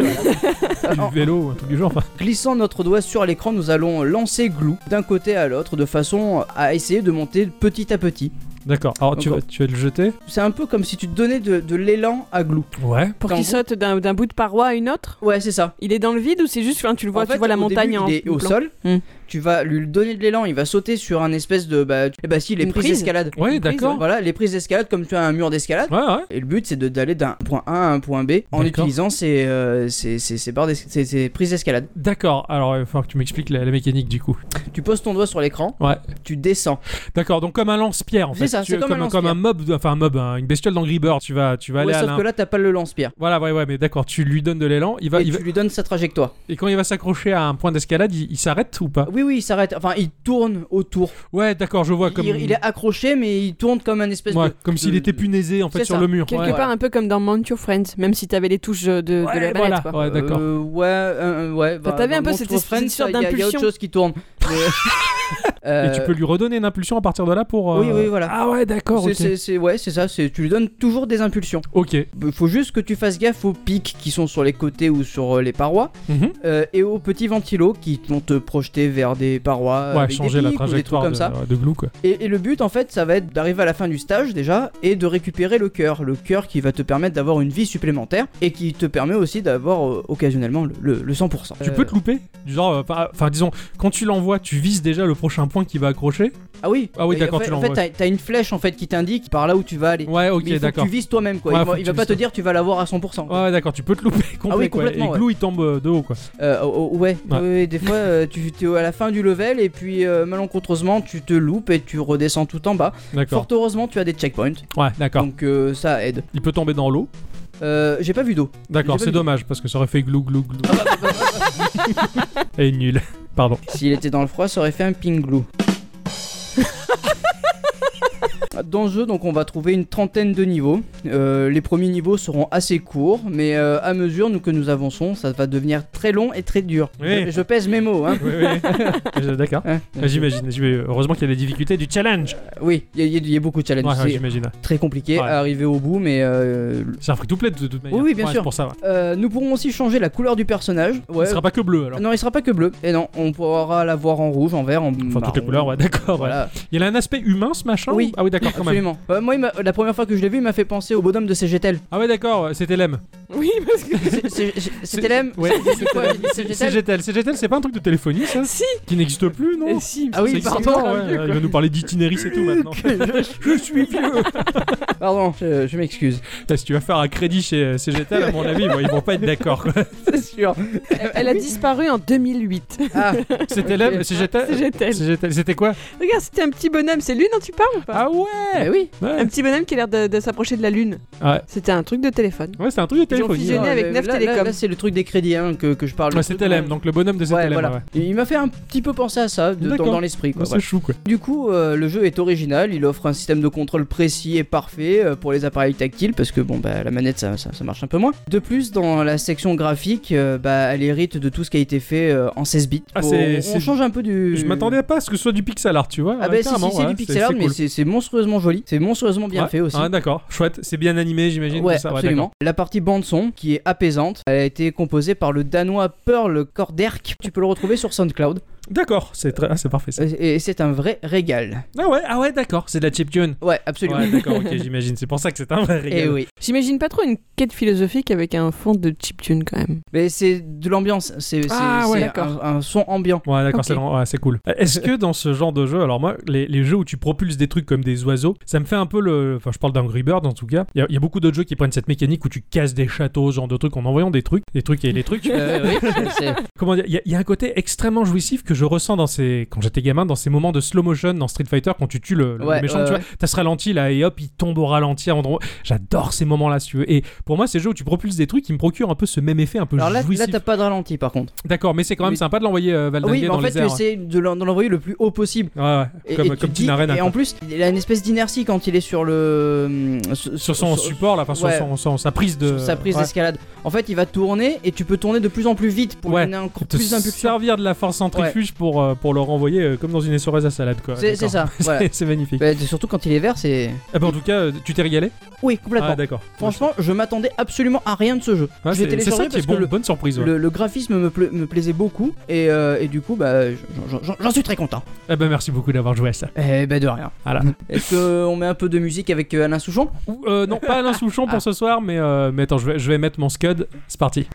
Speaker 2: voilà. En-
Speaker 1: Du vélo, un truc du genre. enfin.
Speaker 2: Glissant notre doigt sur l'écran, nous allons lancer Glou d'un côté à l'autre de façon à essayer de monter petit à petit.
Speaker 1: D'accord. Alors, tu vas,
Speaker 2: Encore.
Speaker 1: tu vas le jeter
Speaker 2: C'est un peu comme si tu donnais de, de l'élan à Glou.
Speaker 1: Ouais.
Speaker 3: Pour
Speaker 2: Dans-
Speaker 3: qu'il saute d'un d'un bout de paroi à une autre
Speaker 2: Ouais, c'est ça.
Speaker 3: Il est dans le vide ou c'est juste, enfin, tu le vois,
Speaker 2: En fait,
Speaker 3: tu vois la
Speaker 2: au
Speaker 3: montagne
Speaker 2: début,
Speaker 3: en
Speaker 2: il est au
Speaker 3: plan.
Speaker 2: sol.
Speaker 3: Hmm.
Speaker 2: Tu vas lui donner de l'élan, il va sauter sur un espèce de bah, et bah si les
Speaker 3: Une
Speaker 2: prises
Speaker 3: prise.
Speaker 2: d'escalade.
Speaker 1: Ouais, d'accord.
Speaker 2: Voilà, les prises d'escalade comme tu as un mur d'escalade.
Speaker 1: Ouais, ouais.
Speaker 2: Et le but c'est de- d'aller d'un point A à un point B en
Speaker 1: D'accord.
Speaker 2: utilisant ces, euh, ces, ces- ces barres d'es- ces- ces prises d'escalade.
Speaker 1: D'accord. Alors, il faut que tu m'expliques la, la mécanique du coup.
Speaker 2: Tu poses ton doigt sur l'écran,
Speaker 1: Ouais.
Speaker 2: tu descends.
Speaker 1: D'accord. Donc, comme un lance-pierre en
Speaker 2: C'est
Speaker 1: fait.
Speaker 2: ça,
Speaker 1: Tu-
Speaker 2: c'est comme un
Speaker 1: comme un mob, de- enfin un mob, un- une bestiole d'Angry Bird. Tu vas, tu vas aller
Speaker 2: Ouais,
Speaker 1: à
Speaker 2: sauf
Speaker 1: l'un-
Speaker 2: que là t'as pas le lance-pierre.
Speaker 1: Voilà, ouais, ouais, mais d'accord, tu lui donnes de l'élan, il va,
Speaker 2: et
Speaker 1: il
Speaker 2: tu
Speaker 1: va-
Speaker 2: lui donnes sa trajectoire.
Speaker 1: et quand il va s'accrocher à un point d'escalade, il, il s'arrête ou pas
Speaker 2: Oui, oui, il s'arrête. Enfin, il tourne autour.
Speaker 1: Ouais, d'accord, je vois
Speaker 2: Il-
Speaker 1: comme
Speaker 2: il, est accroché, mais il tourne comme un espèce
Speaker 1: Ouais,
Speaker 2: de.
Speaker 1: comme s'il
Speaker 2: de-
Speaker 1: était punaisé en fait
Speaker 2: C'est
Speaker 1: sur
Speaker 2: ça,
Speaker 1: le mur.
Speaker 3: Quelque
Speaker 1: ouais.
Speaker 3: part, un peu comme dans Mount Your Friends, même si t'avais les touches euh, de, de la
Speaker 1: Ouais,
Speaker 3: manette,
Speaker 1: voilà,
Speaker 3: quoi.
Speaker 1: ouais, d'accord.
Speaker 2: Euh, ouais, euh, ouais.
Speaker 3: Enfin, t'avais
Speaker 2: dans
Speaker 3: un peu
Speaker 2: Monster
Speaker 3: cette espèce
Speaker 2: Friends,
Speaker 3: de sorte
Speaker 2: il y a- Il y a
Speaker 3: d'impulsion.
Speaker 2: autre chose
Speaker 1: [laughs]
Speaker 2: qui tourne. Mais-
Speaker 1: Et
Speaker 2: Euh,
Speaker 1: tu peux lui redonner une impulsion à partir de là pour. euh,
Speaker 2: Oui, oui, voilà.
Speaker 1: Ah ouais, d'accord,
Speaker 2: C'est-
Speaker 1: ok.
Speaker 2: c'est- c'est- ouais, c'est ça, c'est- tu lui donnes toujours des impulsions.
Speaker 1: Ok.
Speaker 2: Bah, Faut juste que tu fasses gaffe aux pics qui sont sur les côtés ou sur euh, les parois
Speaker 1: Mhm.
Speaker 2: euh, et aux petits ventilos qui vont te projeter vers des parois.
Speaker 1: Ouais,
Speaker 2: Euh, avec des
Speaker 1: changer la
Speaker 2: pics ou des trucs
Speaker 1: trajectoire
Speaker 2: comme
Speaker 1: de,
Speaker 2: ça.
Speaker 1: ouais, de Glou quoi.
Speaker 2: Et, et le but en fait ça va être d'arriver à la fin du stage déjà et de récupérer le cœur. Le cœur qui va te permettre d'avoir une vie supplémentaire et qui te permet aussi d'avoir euh, occasionnellement le, le- le 100%.
Speaker 1: Tu
Speaker 2: Euh,
Speaker 1: peux te louper Du genre, euh, enfin, enfin, disons, quand tu l'envoies, tu vises déjà le prochain point qui va accrocher.
Speaker 2: Ah oui
Speaker 1: Ah oui,
Speaker 2: Et
Speaker 1: d'accord,
Speaker 2: En fait,
Speaker 1: tu
Speaker 2: en fait,
Speaker 1: l'envoies.
Speaker 2: t'as t'as une flèche en fait qui t'indique par là où tu vas aller.
Speaker 1: Ouais, ok,
Speaker 2: Mais il faut que
Speaker 1: d'accord.
Speaker 2: tu vises toi-même quoi.
Speaker 1: Ouais,
Speaker 2: il
Speaker 1: faut
Speaker 2: va,
Speaker 1: que
Speaker 2: il
Speaker 1: tu
Speaker 2: va pas
Speaker 1: vises
Speaker 2: te dire tu vas l'avoir à 100%. quoi.
Speaker 1: Ouais, d'accord, tu peux te louper complet, quoi. Et
Speaker 2: Ah complètement, ouais.
Speaker 1: Glou il tombe euh, de haut quoi.
Speaker 2: Euh, oh, oh, ouais.
Speaker 1: Ouais.
Speaker 2: Oui, oui, des fois euh, tu es à la fin du level et puis euh, malencontreusement tu te loupes et tu redescends tout en bas.
Speaker 1: D'accord.
Speaker 2: Fort heureusement tu as des checkpoints
Speaker 1: Ouais, d'accord.
Speaker 2: donc euh, ça aide.
Speaker 1: Il peut tomber dans l'eau.
Speaker 2: Euh, J'ai pas vu d'eau.
Speaker 1: D'accord, c'est
Speaker 2: J'ai pas vu. Ah, bah,
Speaker 1: dommage parce que ça aurait fait glou glou glou. [laughs] Et nul. Pardon.
Speaker 2: S'il était dans le froid, ça aurait fait un pinglou.
Speaker 1: [laughs]
Speaker 2: Dans le jeu, donc, on va trouver une trentaine de niveaux. Euh, les premiers niveaux seront assez courts, mais euh, à mesure nous, que nous avançons, ça va devenir très long et très dur.
Speaker 1: Oui.
Speaker 2: Je, je pèse mes
Speaker 1: [laughs]
Speaker 2: mots. Hein.
Speaker 1: Oui, oui. D'accord.
Speaker 2: Hein
Speaker 1: Ah, J'imagine. j'imagine. Heureusement qu'il y a les difficultés du challenge.
Speaker 2: Oui, il y, a- il y a- il y a beaucoup de
Speaker 1: Ouais,
Speaker 2: challenges.
Speaker 1: ouais,
Speaker 2: Ah, c'est
Speaker 1: j'imagine.
Speaker 2: très compliqué
Speaker 1: Ouais.
Speaker 2: à arriver au bout, mais euh,
Speaker 1: C'est un free-to-play de toute manière.
Speaker 2: Oui, oui, bien
Speaker 1: Ouais,
Speaker 2: sûr.
Speaker 1: c'est pour ça. ouais.
Speaker 2: euh, nous pourrons aussi changer la couleur du personnage. Ouais.
Speaker 1: Il sera pas que bleu alors.
Speaker 2: Ah Non, il sera pas que bleu. Et non, on pourra l'avoir en rouge, en vert, en
Speaker 1: Enfin, toutes les
Speaker 2: marron.
Speaker 1: couleurs, ouais, d'accord. ouais.
Speaker 2: Bah, Voilà,
Speaker 1: Il a un aspect humain ce machin
Speaker 2: Oui.
Speaker 1: Ah oui, d'accord, quand même. [laughs]
Speaker 2: absolument. Euh, moi, il m'a- la première fois que je l'ai vu, il m'a fait penser au bonhomme de CGTL.
Speaker 1: Ah ouais, d'accord, ouais, c'était l'aime.
Speaker 3: [laughs] Oui, parce que.
Speaker 2: C'est- c'est- c'est- C'était l'aime.
Speaker 1: Ouais,
Speaker 2: C'est quoi,
Speaker 1: [laughs]
Speaker 2: c'est
Speaker 1: C'est
Speaker 2: Végétal
Speaker 1: GTL. C'est GTL, c'est pas un truc de téléphonie, ça
Speaker 3: si
Speaker 1: Qui n'existe plus, non
Speaker 3: Eh si,
Speaker 2: Ah oui,
Speaker 1: Ça
Speaker 3: c'est
Speaker 1: existe
Speaker 2: pardon,
Speaker 1: encore,
Speaker 3: grave
Speaker 1: ouais,
Speaker 3: vieux,
Speaker 1: Il
Speaker 3: quoi.
Speaker 1: va nous parler d'itinéris et
Speaker 2: [laughs]
Speaker 1: tout maintenant. Je suis
Speaker 3: [laughs]
Speaker 1: vieux
Speaker 2: Pardon, je, je m'excuse.
Speaker 1: Là, Si tu vas faire un crédit chez CGTL, à mon avis, bon, ils vont pas être d'accord. quoi.
Speaker 2: C'est sûr.
Speaker 3: Elle a disparu
Speaker 2: [laughs]
Speaker 3: en 2008.
Speaker 1: [laughs]
Speaker 2: Ah,
Speaker 1: [laughs] C'était l'aime,
Speaker 2: Euh,
Speaker 3: C'est
Speaker 1: CGTL
Speaker 3: GTL.
Speaker 1: CGTL, C'était quoi
Speaker 3: Regarde, c'était un petit bonhomme. C'est lui dont tu parles ou pas
Speaker 1: Ah ouais
Speaker 2: eh oui.
Speaker 1: Ouais,
Speaker 3: Un petit bonhomme qui a l'air de, de s'approcher de la lune.
Speaker 1: Ouais.
Speaker 3: C'était un truc de téléphone.
Speaker 1: Ouais, c'est un truc de
Speaker 3: Ils ont
Speaker 1: téléphonie.
Speaker 3: fusionné
Speaker 1: ouais.
Speaker 3: avec
Speaker 2: Euh,
Speaker 3: Neuf
Speaker 2: là- là-
Speaker 3: Télécom.
Speaker 2: Là, c'est le truc des crédits hein, que, que je parle.
Speaker 1: Ouais, C'était l'aime, donc le bonhomme de
Speaker 2: Ouais,
Speaker 1: CTLM.
Speaker 2: voilà. Il m'a fait un petit peu penser à ça, de, dans,
Speaker 1: D'accord. Bah,
Speaker 2: dans l'esprit. quoi,
Speaker 1: C'est
Speaker 2: voilà.
Speaker 1: chou, quoi.
Speaker 2: Du coup, euh, le jeu est original, il offre un système de contrôle précis et parfait euh, pour les appareils tactiles, parce que bon, bah, la manette ça, ça- ça marche un peu moins. De plus, dans la section graphique, euh, bah, elle hérite de tout ce qui a été fait euh, en 16 bits.
Speaker 1: Ah,
Speaker 2: Bon,
Speaker 1: c'est-
Speaker 2: on,
Speaker 1: c'est-
Speaker 2: change un peu du.
Speaker 1: Je m'attendais pas à ce que ce soit du pixel art, tu vois.
Speaker 2: Euh, Ah, bah, si, si,
Speaker 1: carrément,
Speaker 2: c'est
Speaker 1: ouais,
Speaker 2: du pixel art,
Speaker 1: c'est
Speaker 2: mais
Speaker 1: cool.
Speaker 2: c'est c'est monstrueusement joli, c'est monstrueusement bien
Speaker 1: Ouais.
Speaker 2: fait aussi.
Speaker 1: Ah, d'accord, chouette. C'est bien animé, j'imagine.
Speaker 2: Ouais,
Speaker 1: tout ça.
Speaker 2: absolument.
Speaker 1: d'accord.
Speaker 2: la partie bande-son, qui est apaisante, elle a été composée par le danois Pearl Korderk. Tu peux le retrouver sur Soundcloud.
Speaker 1: D'accord, c'est très... ah, c'est parfait ça.
Speaker 2: Et et c'est un vrai régal.
Speaker 1: Ah ouais, ah ouais d'accord, c'est de la chiptune.
Speaker 2: Ouais, absolument.
Speaker 1: Ouais, d'accord, ok, j'imagine. C'est pour ça que c'est un vrai régal.
Speaker 2: Et oui.
Speaker 3: J'imagine pas trop une quête philosophique avec un fond de chiptune quand même.
Speaker 2: Mais c'est de l'ambiance, c'est c'est-
Speaker 3: Ah,
Speaker 2: c'est
Speaker 3: ouais,
Speaker 2: un,
Speaker 3: d'accord.
Speaker 2: un son
Speaker 1: [laughs]
Speaker 2: ambiant.
Speaker 1: Ouais, d'accord,
Speaker 3: Ok.
Speaker 1: c'est long- ouais, c'est
Speaker 2: [laughs]
Speaker 1: cool. Euh, Est-ce que dans ce genre de jeu, alors moi, les, les jeux où tu propulses des trucs comme des oiseaux, ça me fait un peu le. Enfin, je parle d'Angry Bird en tout cas. Il y a- il y, a beaucoup d'autres jeux qui prennent cette mécanique où tu casses des châteaux, ce genre de trucs, en envoyant des trucs, des trucs et les
Speaker 2: [laughs]
Speaker 1: trucs.
Speaker 2: Euh,
Speaker 1: [laughs] Comment dire Il y a- il y, a un côté extrêmement jouissif que je ressens dans ces. Quand j'étais gamin, dans ces moments de slow motion dans Street Fighter, quand tu tues le, le
Speaker 2: Ouais, euh,
Speaker 1: méchant,
Speaker 2: ouais,
Speaker 1: tu vois,
Speaker 2: ouais.
Speaker 1: t'as ce ralenti là et hop, il tombe au ralenti. à un endroit. J'adore ces moments-là, si tu veux. Et pour moi, ces jeux où tu propulses des trucs, ils me procurent un peu ce même effet un peu
Speaker 2: Alors là, là
Speaker 1: jouissif.
Speaker 2: t'as pas de ralenti par contre.
Speaker 1: D'accord, mais c'est quand même
Speaker 2: Oui.
Speaker 1: sympa de l'envoyer euh, valdinguer
Speaker 2: oui, mais
Speaker 1: dans
Speaker 2: en fait,
Speaker 1: les
Speaker 2: tu
Speaker 1: airs. ouais.
Speaker 2: essaies de l'en- de l'envoyer le plus haut possible.
Speaker 1: Ouais, ouais,
Speaker 2: Et-
Speaker 1: comme,
Speaker 2: et tu
Speaker 1: comme
Speaker 2: dis-
Speaker 1: Teen Arena.
Speaker 2: Et
Speaker 1: quoi.
Speaker 2: en plus, il a une espèce d'inertie quand il est sur le.
Speaker 1: Sur son support, là, enfin, sur
Speaker 2: ouais.
Speaker 1: son- son- sa prise de.
Speaker 2: sur sa prise
Speaker 1: Ouais.
Speaker 2: d'escalade. En fait, il va tourner et tu peux tourner de plus en plus vite pour
Speaker 1: Ouais,
Speaker 2: donner un
Speaker 1: Te
Speaker 2: plus d'impulsion.
Speaker 1: servir de la force centrifuge pour, euh, pour le renvoyer euh, comme dans une essoreuse à salade, quoi.
Speaker 2: C'est c'est
Speaker 1: D'accord.
Speaker 2: ça.
Speaker 1: [laughs]
Speaker 2: voilà.
Speaker 1: C'est- c'est magnifique.
Speaker 2: Bah, surtout quand il est vert, c'est.
Speaker 1: Ah bah, en tout cas, euh, tu t'es régalé
Speaker 2: Oui,
Speaker 1: Ah,
Speaker 2: complètement.
Speaker 1: d'accord.
Speaker 2: Franchement, je m'attendais absolument à rien de ce jeu.
Speaker 1: Ouais,
Speaker 2: je
Speaker 1: c'est c'est
Speaker 2: l'ai
Speaker 1: ça
Speaker 2: téléchargé
Speaker 1: qui est
Speaker 2: parce
Speaker 1: bon,
Speaker 2: que le,
Speaker 1: bonne surprise. ouais.
Speaker 2: le- le graphisme me, pla- me plaisait beaucoup et, euh, et du coup, bah, j'en- j'en- j'en suis très content.
Speaker 1: Ah bah, merci beaucoup d'avoir joué à ça.
Speaker 2: Eh ben de rien.
Speaker 1: Voilà.
Speaker 2: [laughs] Est-ce qu'on met un peu de musique avec euh, Ah. Alain Souchon
Speaker 1: Ou, euh, non, pas Alain Souchon
Speaker 2: [laughs]
Speaker 1: pour ce soir, mais, euh, mais attends, je vais, je vais mettre mon Scud. C'est parti.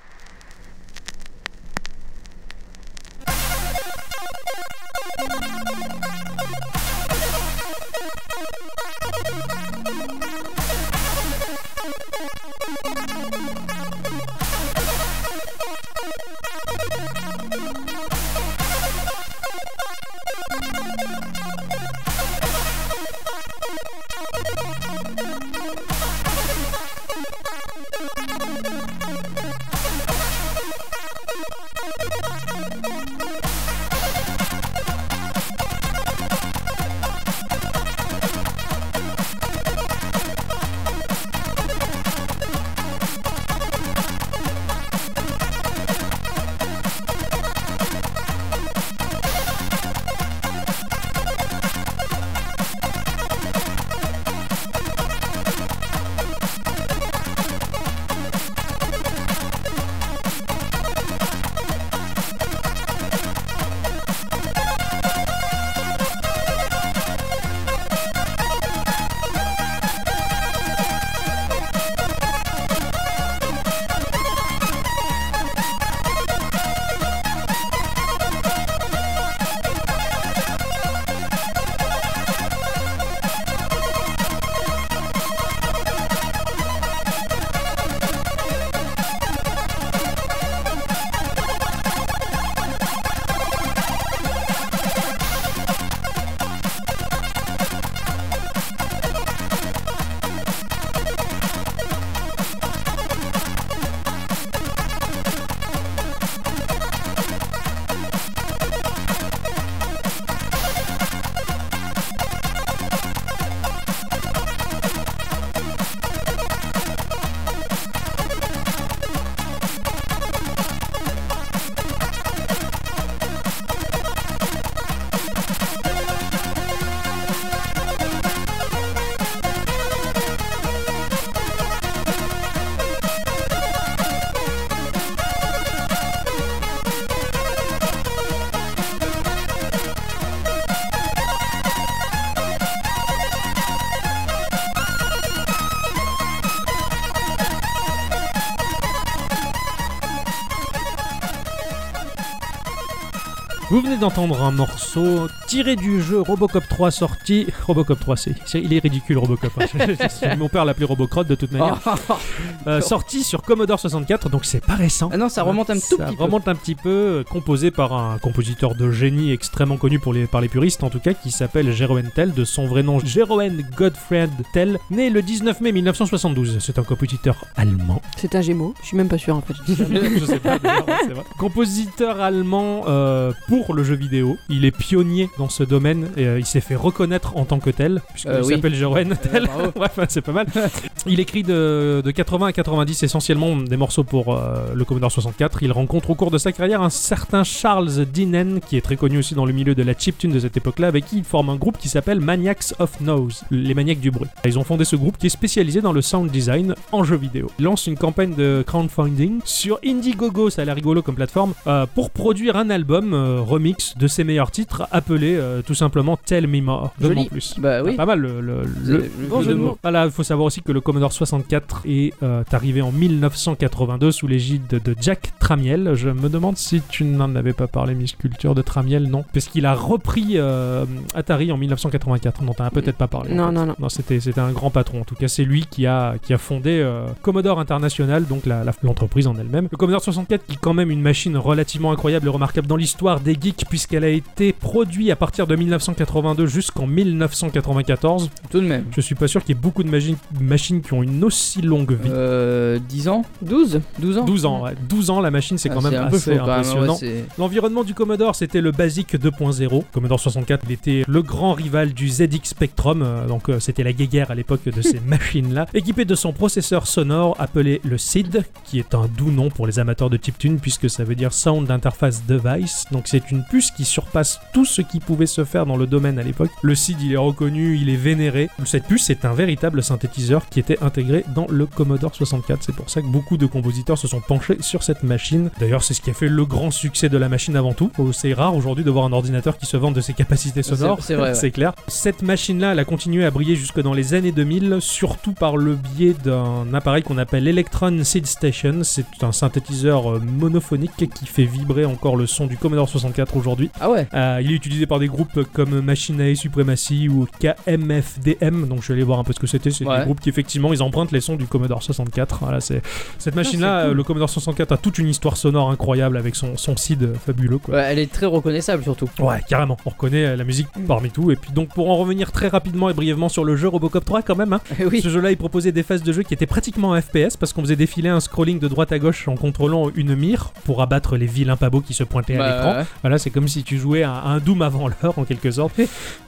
Speaker 1: Vous venez d'entendre un morceau tiré du jeu Robocop 3 sorti. Robocop 3, c'est, c'est- il est ridicule Robocop. hein. [laughs] C'est- Mon père l'appelait Robocrot de toute
Speaker 2: Ah,
Speaker 1: manière. Euh, sorti sur Commodore 64, donc c'est pas récent.
Speaker 2: Ah non, ça remonte un tout
Speaker 1: Ça
Speaker 2: petit peu.
Speaker 1: remonte un petit peu, euh, composé par un compositeur de génie extrêmement connu pour les, par les puristes en tout cas, qui s'appelle Jeroen Tell, de son vrai nom Jeroen Gottfried Tell, né le 19 mai 1972. C'est un compositeur
Speaker 2: [laughs]
Speaker 1: allemand.
Speaker 3: C'est un gémeau, je suis même pas sûr en fait.
Speaker 1: Je sais pas, d'ailleurs, ouais, c'est vrai. Compositeur allemand euh, pour le jeu vidéo. Il est pionnier dans ce domaine et euh, il s'est fait reconnaître en tant que tel, puisqu'il
Speaker 2: Euh, oui.
Speaker 1: s'appelle Jeroen Tell.
Speaker 2: bravo.
Speaker 1: [laughs] Ouais, enfin, c'est pas mal. Il écrit de, de 80 à 90 essentiellement des morceaux pour euh, le Commodore 64. Il rencontre au cours de sa carrière un certain Charles Dinen, qui est très connu aussi dans le milieu de la chiptune de cette époque-là, avec qui il forme un groupe qui s'appelle Maniacs of Noise, les maniaques du bruit. Ils ont fondé ce groupe qui est spécialisé dans le sound design en jeux vidéo. Ils lancent une campagne de crowdfunding sur Indiegogo, ça a l'air rigolo comme plateforme, euh, pour produire un album euh, remix de ses meilleurs titres appelé euh, tout simplement Tell Me More. Donne-moi
Speaker 2: Joli.
Speaker 1: plus.
Speaker 2: Bah oui.
Speaker 1: Pas mal le, le-
Speaker 2: C'est-
Speaker 1: Ah, le-
Speaker 2: le
Speaker 1: Bon
Speaker 2: jeu
Speaker 1: jeu de
Speaker 2: de
Speaker 1: mots.
Speaker 2: mots.
Speaker 1: Voilà, il faut savoir aussi que le Commodore 64 est euh, arrivé en 1982 sous l'égide de Jack Tramiel. Je me demande si tu n'en avais pas parlé, Miss Culture, de Tramiel, non Parce qu'il a repris euh, Atari en 1984. Non, t'en as peut-être pas parlé. en
Speaker 3: Non,
Speaker 1: fait.
Speaker 3: non, non.
Speaker 1: Non, c'était c'était un grand patron. En tout cas, c'est lui qui a, qui a fondé euh, Commodore International, donc la- la- l'entreprise en elle-même. Le Commodore 64, qui est quand même une machine relativement incroyable et remarquable dans l'histoire des geeks, puisqu'elle a été produite à partir de 1982 jusqu'en 1994.
Speaker 2: Tout de même.
Speaker 1: Je suis pas sûr qu'il y ait beaucoup de magi- machines qui ont une aussi longue vie.
Speaker 2: Euh, 10 ans
Speaker 3: 12
Speaker 2: 12 ans
Speaker 1: 12 ans, ouais. 12 ans, la machine, c'est quand
Speaker 2: Ah,
Speaker 1: même
Speaker 2: un peu
Speaker 1: assez
Speaker 2: chaud quand même, ouais,
Speaker 1: impressionnant.
Speaker 2: c'est-
Speaker 1: L'environnement du Commodore, c'était le Basic 2.0. Commodore 64, il était le grand rival du ZX Spectrum, euh, donc euh, c'était la guéguerre à l'époque de
Speaker 2: [laughs]
Speaker 1: ces machines-là. Équipé de son processeur sonore appelé le SID, qui est un doux nom pour les amateurs de chiptune puisque ça veut dire Sound Interface Device. Donc c'est une puce qui surpasse tout ce qui pouvait se faire dans le domaine à l'époque. Le SID, il est reconnu, il est vénéré. Cette puce est un véritable synthétiseur qui était intégré dans le Commodore 64. C'est pour ça que beaucoup de compositeurs se sont penchés sur cette machine. D'ailleurs, c'est ce qui a fait le grand succès de la machine avant tout. Oh, C'est rare aujourd'hui de voir un ordinateur qui se vante de ses capacités
Speaker 2: C'est-
Speaker 1: sonores.
Speaker 2: c'est
Speaker 1: [laughs]
Speaker 2: vrai, ouais.
Speaker 1: c'est clair. Cette machine-là, elle a continué à briller jusque dans les années 2000, surtout par le biais d'un appareil qu'on appelle Electron Seed Station. C'est un synthétiseur euh, monophonique qui fait vibrer encore le son du Commodore 64 aujourd'hui.
Speaker 2: Ah ouais
Speaker 1: Euh, il est utilisé par des groupes comme Machinae Supremacy ou KMFDM, donc je suis allé voir un peu ce que c'était. C'est
Speaker 2: Ouais.
Speaker 1: des groupes qui, effectivement, ils empruntent les sons du Commodore 64. Voilà, c'est... Cette machine-là,
Speaker 2: Ah, c'est cool.
Speaker 1: euh, le Commodore 64 a toute une histoire sonore incroyable avec son, son seed euh, fabuleux. Quoi.
Speaker 2: Ouais, Elle est très reconnaissable surtout.
Speaker 1: Ouais, carrément. On reconnaît euh, la musique parmi tout. Et puis, donc, pour en revenir très rapidement et brièvement sur le jeu Robocop 3, quand même, hein,
Speaker 2: [laughs] oui.
Speaker 1: ce jeu-là, il proposait des phases de jeu qui étaient pratiquement en FPS parce qu'on faisait défiler un scrolling de droite à gauche en contrôlant une mire pour abattre les vilains pabots qui se pointaient à
Speaker 2: Bah,
Speaker 1: l'écran.
Speaker 2: ouais.
Speaker 1: Voilà, c'est comme si tu jouais à un Doom avant l'heure en quelque sorte,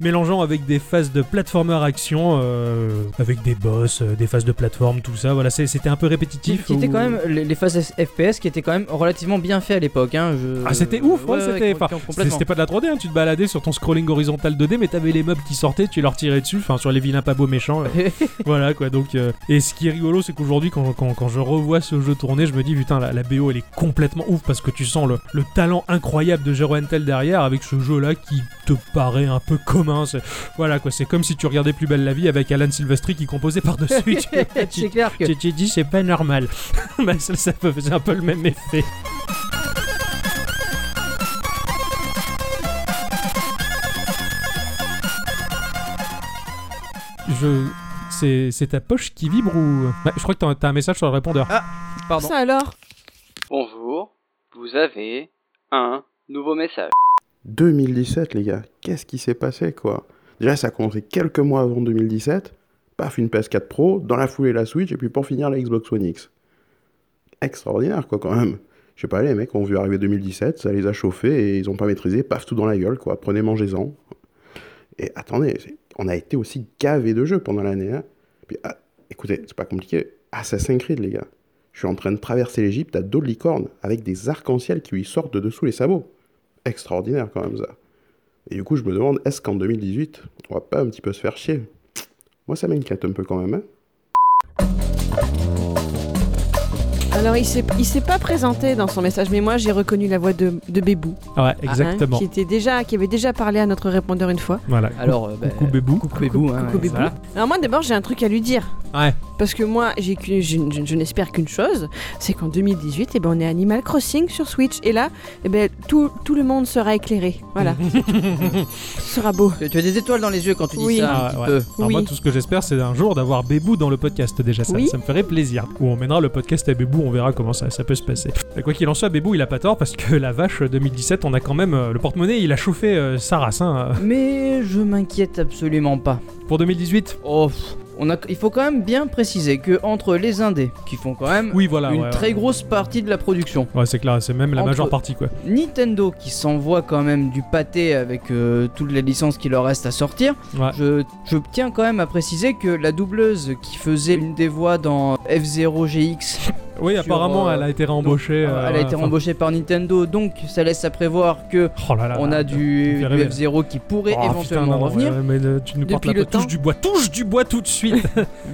Speaker 1: mélangeant avec des phases de platformer action, euh, avec des boss, euh, des phases de plateforme, tout ça. Voilà, c'est- c'était un peu
Speaker 2: Qui,
Speaker 1: répétitif. Euh,
Speaker 2: qui était
Speaker 1: ou-
Speaker 2: quand même les, les phases FPS qui étaient quand même relativement bien fait à l'époque. Hein, je-
Speaker 1: Ah, c'était ouf, ouais, c'était-
Speaker 2: com-
Speaker 1: enfin,
Speaker 2: com-
Speaker 1: C'était
Speaker 2: complètement.
Speaker 1: c'était pas de la 3D, hein, tu te baladais sur ton scrolling horizontal 2D, mais t'avais les mobs qui sortaient, tu leur tirais dessus, enfin sur les vilains pas beaux méchants. euh,
Speaker 2: [laughs]
Speaker 1: voilà quoi, donc. euh, et ce qui est rigolo, c'est qu'aujourd'hui, quand, quand- quand je revois ce jeu tourner, je me dis, putain, la, la BO elle est complètement ouf parce que tu sens le, le talent incroyable de Jero Entel derrière avec ce jeu là qui te paraît un peu commun. c'est- Voilà quoi, c'est comme si tu regardais Plus Belle la Vie avec Alan Silvestri qui composait par-dessus. Tu-
Speaker 2: [laughs]
Speaker 1: [laughs] tu-
Speaker 2: c'est clair que
Speaker 1: tu t'es dit, c'est pas normal. [laughs] bah, ça, ça peut- c'est un peu le même effet. Je. C'est, c'est ta poche qui vibre ou. Bah, je crois que t'as, t'as un message sur le répondeur.
Speaker 2: Pardon.
Speaker 3: Ça alors
Speaker 4: Bonjour, vous avez un nouveau message.
Speaker 6: 2017, les gars, qu'est-ce qui s'est passé, quoi Déjà, ça a commencé quelques mois avant 2017. Paf, une PS4 Pro, dans la foulée la Switch, et puis pour finir la Xbox One X. Extraordinaire, quoi, quand même. Je sais pas, les mecs ont vu arriver 2017, ça les a chauffés et ils ont pas maîtrisé, paf, tout dans la gueule, quoi. Prenez, mangez-en. Et attendez, c'est- on a été aussi gavé de jeux pendant l'année, hein. Puis, ah, écoutez, c'est pas compliqué. Assassin's Creed, les gars. Je suis en train de traverser l'Egypte à dos de licorne, avec des arcs-en-ciel qui lui sortent de dessous les sabots extraordinaire quand même ça. Et du coup, je me demande, est-ce qu'en 2018, on va pas un petit peu se faire chier Moi, ça m'inquiète un peu quand même. Hein
Speaker 3: Alors il s'est il s'est pas présenté dans son message, mais moi j'ai reconnu la voix de, de Bébou.
Speaker 2: Ah.
Speaker 1: Ouais,
Speaker 3: hein,
Speaker 1: exactement.
Speaker 3: qui, était déjà, qui avait déjà parlé à notre répondeur une fois.
Speaker 1: Voilà.
Speaker 2: Alors, euh, bah,
Speaker 1: Coucou Bébou.
Speaker 2: coucou Bébou, hein,
Speaker 3: Coucou
Speaker 2: ouais,
Speaker 3: Bébou.
Speaker 2: voilà.
Speaker 3: Alors moi d'abord j'ai un truc à lui dire.
Speaker 1: Ouais.
Speaker 3: Parce que moi, j'ai qu'une- je, je- je n'espère qu'une chose, c'est qu'en 2018, eh ben, on est Animal Crossing sur Switch. Et là, eh ben, tout, tout le monde sera éclairé.
Speaker 1: [laughs]
Speaker 3: Voilà, ce sera beau.
Speaker 2: Tu tu as des étoiles dans les yeux quand tu dis
Speaker 3: Oui.
Speaker 2: ça un
Speaker 1: Ah,
Speaker 2: petit
Speaker 1: ouais.
Speaker 2: peu.
Speaker 1: Alors moi,
Speaker 3: Oui.
Speaker 1: tout ce que j'espère, c'est un jour d'avoir Bébou dans le podcast déjà. Ça,
Speaker 3: Oui.
Speaker 1: ça me ferait plaisir. Ou on mènera le podcast à Bébou, on verra comment ça, ça peut se passer. Et quoi qu'il en soit, Bébou, il a pas tort parce que la vache euh, 2017, on a quand même euh, le porte-monnaie, il a chauffé euh, sa race. hein.
Speaker 2: Mais je m'inquiète absolument pas.
Speaker 1: Pour 2018,
Speaker 2: Oh, pff, on a, il faut quand même bien préciser que entre les indés, qui font quand même
Speaker 1: oui, voilà.
Speaker 2: une
Speaker 1: ouais,
Speaker 2: très
Speaker 1: ouais.
Speaker 2: grosse partie de la production,
Speaker 1: Ouais, c'est clair, c'est même la
Speaker 2: Entre-
Speaker 1: majeure partie quoi.
Speaker 2: Nintendo qui s'envoie quand même du pâté avec euh, toutes les licences qui leur restent à sortir,
Speaker 1: Ouais.
Speaker 2: je, je tiens quand même à préciser que la doubleuse qui faisait une des voix dans F0GX,
Speaker 1: Oui, apparemment,
Speaker 2: euh,
Speaker 1: elle a été réembauchée. euh,
Speaker 2: elle a été
Speaker 1: enfin,
Speaker 2: rembauchée par Nintendo, donc ça laisse à prévoir que
Speaker 1: Oh là là.
Speaker 2: on a du,
Speaker 1: fait
Speaker 2: du
Speaker 1: rêver.
Speaker 2: F0 qui pourrait
Speaker 1: Oh, putain,
Speaker 2: éventuellement
Speaker 1: non, non,
Speaker 2: revenir.
Speaker 1: ouais, mais euh, tu nous portes
Speaker 2: Depuis
Speaker 1: la
Speaker 2: le
Speaker 1: peau. touche
Speaker 2: temps.
Speaker 1: du bois, touche du bois tout de
Speaker 2: [laughs]
Speaker 1: suite.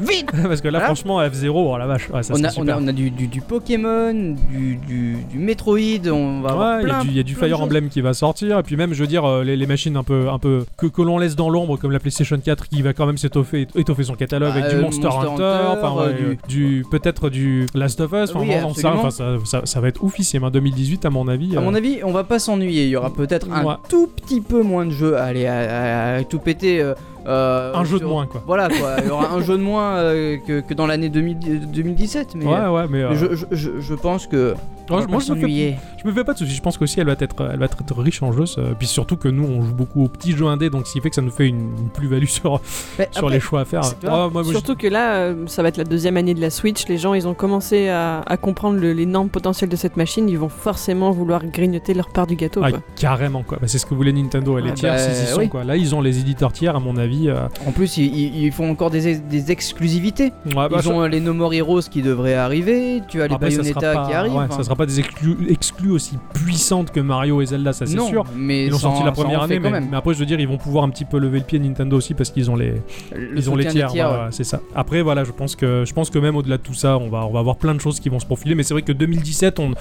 Speaker 2: Vite
Speaker 1: Parce que là,
Speaker 2: Voilà.
Speaker 1: franchement, F0, oh la vache, ouais, ça
Speaker 2: on,
Speaker 1: serait
Speaker 2: a, on,
Speaker 1: super.
Speaker 2: a, on a du, du- du Pokémon, du, du, du Metroid, on va avoir
Speaker 1: Ouais, il y a
Speaker 2: plein-
Speaker 1: du, y a du
Speaker 2: plein de
Speaker 1: Fire
Speaker 2: choses.
Speaker 1: Emblem qui va sortir, et puis même, je veux dire, euh, les, les machines un peu, un peu que, que l'on laisse dans l'ombre, comme la PlayStation 4 qui va quand même s'étoffer étoffer son catalogue
Speaker 2: Bah,
Speaker 1: avec du
Speaker 2: euh,
Speaker 1: Monster,
Speaker 2: Monster
Speaker 1: Hunter,
Speaker 2: Hunter,
Speaker 1: enfin, ouais,
Speaker 2: euh,
Speaker 1: du, peut-être du Last of Us, enfin,
Speaker 2: Oui,
Speaker 1: on en sait rien, enfin, ça, ça, ça va être oufissime, hein, 2018 à mon avis.
Speaker 2: À
Speaker 1: euh,
Speaker 2: mon avis, on va pas s'ennuyer. Il y aura peut-être un
Speaker 1: Ouais.
Speaker 2: tout petit peu moins de jeux. Allez, à, à- à tout péter. euh, euh,
Speaker 1: un jeu de
Speaker 2: sur-
Speaker 1: moins, quoi.
Speaker 2: Voilà quoi. Il y aura un jeu de moins euh, que, que dans l'année 2000 2017. Mais
Speaker 1: Ouais, ouais, mais. euh,
Speaker 2: mais je, je- je- je pense que. on
Speaker 1: moi,
Speaker 2: va
Speaker 1: je-
Speaker 2: pas
Speaker 1: moi, je me fais
Speaker 2: s'ennuyer.
Speaker 1: Je me fais pas de soucis, je pense qu'aussi elle va être elle va être riche en jeux, ça. puis surtout que nous on joue beaucoup aux petits jeux indés, donc ce qui fait que ça nous fait une, une plus-value sur,
Speaker 2: Mais
Speaker 1: sur
Speaker 2: après,
Speaker 1: les choix à faire.
Speaker 2: c'est toi.
Speaker 1: Ah, moi, moi,
Speaker 3: Surtout que là, euh, ça va être la deuxième année de la Switch. Les gens, ils ont commencé à, à comprendre le- l'énorme potentiel de cette machine. Ils vont forcément vouloir grignoter leur part du gâteau.
Speaker 1: je- ah,
Speaker 3: quoi.
Speaker 1: carrément quoi, Bah, c'est ce que voulaient Nintendo et les
Speaker 2: Ah,
Speaker 1: tiers,
Speaker 2: bah,
Speaker 1: s'ils y sont,
Speaker 2: oui.
Speaker 1: quoi. Là ils ont les éditeurs tiers à mon avis. euh,
Speaker 2: En plus, ils, ils- ils font encore des, ex- des exclusivités.
Speaker 1: ouais, bah,
Speaker 2: Ils
Speaker 1: ça-
Speaker 2: ont euh, les No More Heroes qui devraient arriver. Tu as les
Speaker 1: après, ça sera
Speaker 2: Bayonetta
Speaker 1: pas-
Speaker 2: qui arrivent. hein.
Speaker 1: ouais,
Speaker 2: enfin,
Speaker 1: ça sera pas des exclus, exclus aussi puissantes que Mario et Zelda, ça c'est
Speaker 2: non,
Speaker 1: sûr.
Speaker 2: mais
Speaker 1: Ils l'ont
Speaker 2: ça en-
Speaker 1: sorti la
Speaker 2: ça en
Speaker 1: première
Speaker 2: fait
Speaker 1: année,
Speaker 2: quand
Speaker 1: mais,
Speaker 2: même.
Speaker 1: mais après je veux dire, ils vont pouvoir un petit peu lever le pied Nintendo aussi parce qu'ils ont les,
Speaker 2: Le
Speaker 1: ils ont les
Speaker 2: soutien des
Speaker 1: tiers, voilà,
Speaker 2: ouais.
Speaker 1: c'est ça. Après, voilà, je pense que je pense que même au-delà de tout ça, on va on va avoir plein de choses qui vont se profiler. Mais c'est vrai que 2017, on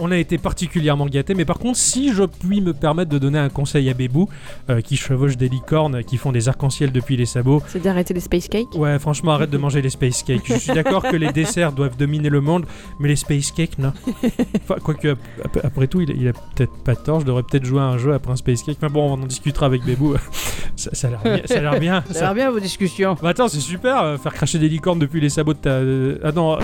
Speaker 1: on a été particulièrement gâté. Mais par contre, si je puis me permettre de donner un conseil à Bébou, euh, qui chevauche des licornes, qui font des arcs-en-ciel depuis les sabots,
Speaker 3: C'est d'arrêter les space cakes.
Speaker 1: ouais, franchement, arrête de manger les space cakes. Je suis d'accord que les desserts doivent dominer le monde, mais les space cakes, non. Enfin, quoique ap- ap- après tout, il, a- il a peut-être pas tort. Je devrais peut-être jouer à un jeu après un space cake. Mais bon, on en discutera avec Bébou. ça, ça a l'air bien. Ça a l'air bien.
Speaker 2: Ça a
Speaker 1: Ça-
Speaker 2: l'air bien vos discussions.
Speaker 1: bah attends, c'est super, euh, faire cracher des licornes depuis les sabots de ta... euh, Ah non, euh,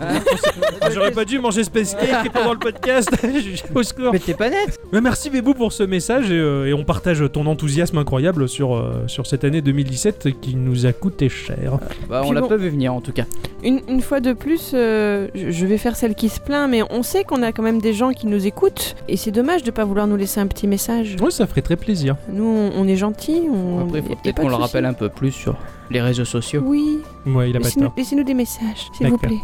Speaker 1: ah, j'aurais pas dû manger Space Cake pendant le podcast, [laughs] au secours.
Speaker 2: Mais t'es pas net.
Speaker 1: Mais merci Bébou pour ce message et, euh, et on partage ton enthousiasme incroyable sur, euh, sur cette année 2017 qui nous a coûté cher.
Speaker 2: Bah, on
Speaker 3: Puis
Speaker 2: l'a
Speaker 3: bon.
Speaker 2: pas vu venir en tout cas.
Speaker 3: Une, une fois de plus, euh, je je vais faire celle qui se plaint, mais on sait qu'on a quand même des gens qui nous écoutent. Et c'est dommage de pas vouloir nous laisser un petit message.
Speaker 1: Oui, ça ferait très plaisir.
Speaker 3: Nous, on, on est gentils. On...
Speaker 2: Après,
Speaker 3: y
Speaker 2: faut
Speaker 3: a- y a
Speaker 2: peut-être
Speaker 3: pas de
Speaker 2: qu'on le
Speaker 3: souci.
Speaker 2: rappelle un peu plus sur les réseaux sociaux.
Speaker 3: Oui,
Speaker 1: Ouais, il a pas
Speaker 3: laissez-nous
Speaker 1: tort.
Speaker 3: laissez-nous des messages, s'il vous
Speaker 1: D'accord.
Speaker 3: plaît.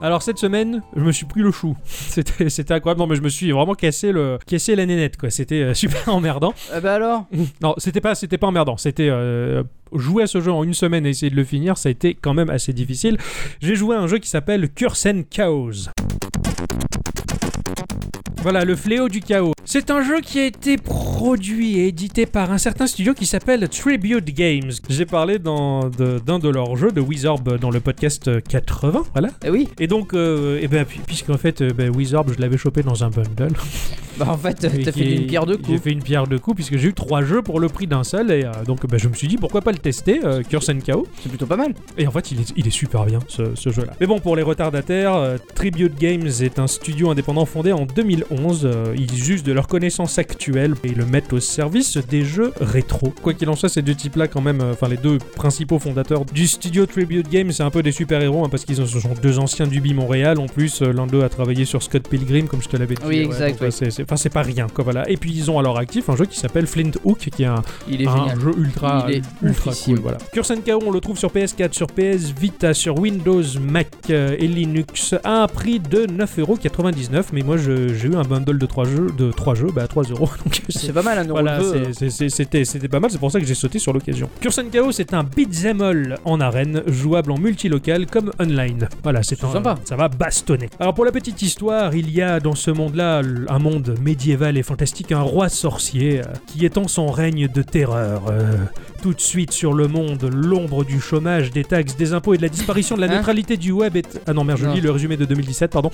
Speaker 1: Alors cette semaine, je me suis pris le chou. [laughs] C'était c'était incroyable, non mais je me suis vraiment cassé, le... cassé la nénette quoi, c'était euh, super emmerdant.
Speaker 2: Ah bah alors
Speaker 1: [laughs] Non, c'était pas, c'était pas emmerdant. C'était euh, jouer à ce jeu en une semaine et essayer de le finir, ça a été quand même assez difficile. J'ai joué à un jeu qui s'appelle Curse and Chaos. Voilà, le fléau du chaos. C'est un jeu qui a été produit et édité par un certain studio qui s'appelle Tribute Games. J'ai parlé dans- de- d'un de, leurs jeux, de Wizorb, dans le podcast 80, voilà.
Speaker 2: Eh oui
Speaker 1: Et donc, euh, eh ben, puis- puisqu'en fait, euh, ben, Wizorb, je l'avais chopé dans un bundle.
Speaker 2: Bah en fait,
Speaker 1: Et
Speaker 2: t'as
Speaker 1: qui
Speaker 2: fait
Speaker 1: est-
Speaker 2: une pierre de
Speaker 1: J'ai
Speaker 2: coups.
Speaker 1: fait une pierre de coups puisque j'ai eu trois jeux pour le prix d'un seul et euh, donc bah, je me suis dit pourquoi pas le tester, euh, Curse and Chaos.
Speaker 2: C'est plutôt pas mal.
Speaker 1: Et en fait il est, il est super bien ce, ce jeu-là. Mais bon pour les retardataires, euh, Tribute Games est un studio indépendant fondé en 2011. euh, ils usent de leurs connaissances actuelles et le mettent au service des jeux rétro. Quoi qu'il en soit, ces deux types-là quand même, euh, enfin les deux principaux fondateurs du studio Tribute Games, c'est un peu des super-héros hein, parce qu'ils en- ce sont deux anciens du B Montréal. En plus euh, l'un d'eux a travaillé sur Scott Pilgrim comme je te l'avais dit.
Speaker 2: Oui, exact,
Speaker 1: donc, euh,
Speaker 2: oui.
Speaker 1: c'est- c'est- Enfin c'est pas rien quoi voilà. Et puis ils ont à leur actif un jeu qui s'appelle Flint Hook qui est un,
Speaker 2: Il est
Speaker 1: un
Speaker 2: génial.
Speaker 1: jeu ultra,
Speaker 2: Il est
Speaker 1: ultra
Speaker 2: oufissime.
Speaker 1: cool. Voilà. Curse and Chaos, on le trouve sur PS4, sur PS Vita, sur Windows, Mac euh, et Linux à un prix de 9,99€. Mais moi, je- j'ai eu un bundle de 3 jeux, de trois jeux bah, à 3 euros. [laughs] Donc c'est-
Speaker 2: C'est pas mal, un euro
Speaker 1: voilà,
Speaker 2: le jeu.
Speaker 1: c'est- c'est- c'est- c'était c'était pas mal, c'est pour ça que j'ai sauté sur l'occasion. Cursen hein. Chaos est un beat'em all en arène, jouable en multilocal comme online. Voilà, c'est
Speaker 2: C'est
Speaker 1: un-
Speaker 2: sympa.
Speaker 1: Ça va bastonner. Alors pour la petite histoire, il y a dans ce monde-là, l- un monde médiéval et fantastique, un roi sorcier euh, qui étend son règne de terreur. euh, tout de suite sur le monde, l'ombre du chômage, des taxes, des impôts et de la disparition de la
Speaker 2: Hein
Speaker 1: neutralité du web est... Ah non, merde, je
Speaker 2: Non.
Speaker 1: lis le résumé de 2017, pardon.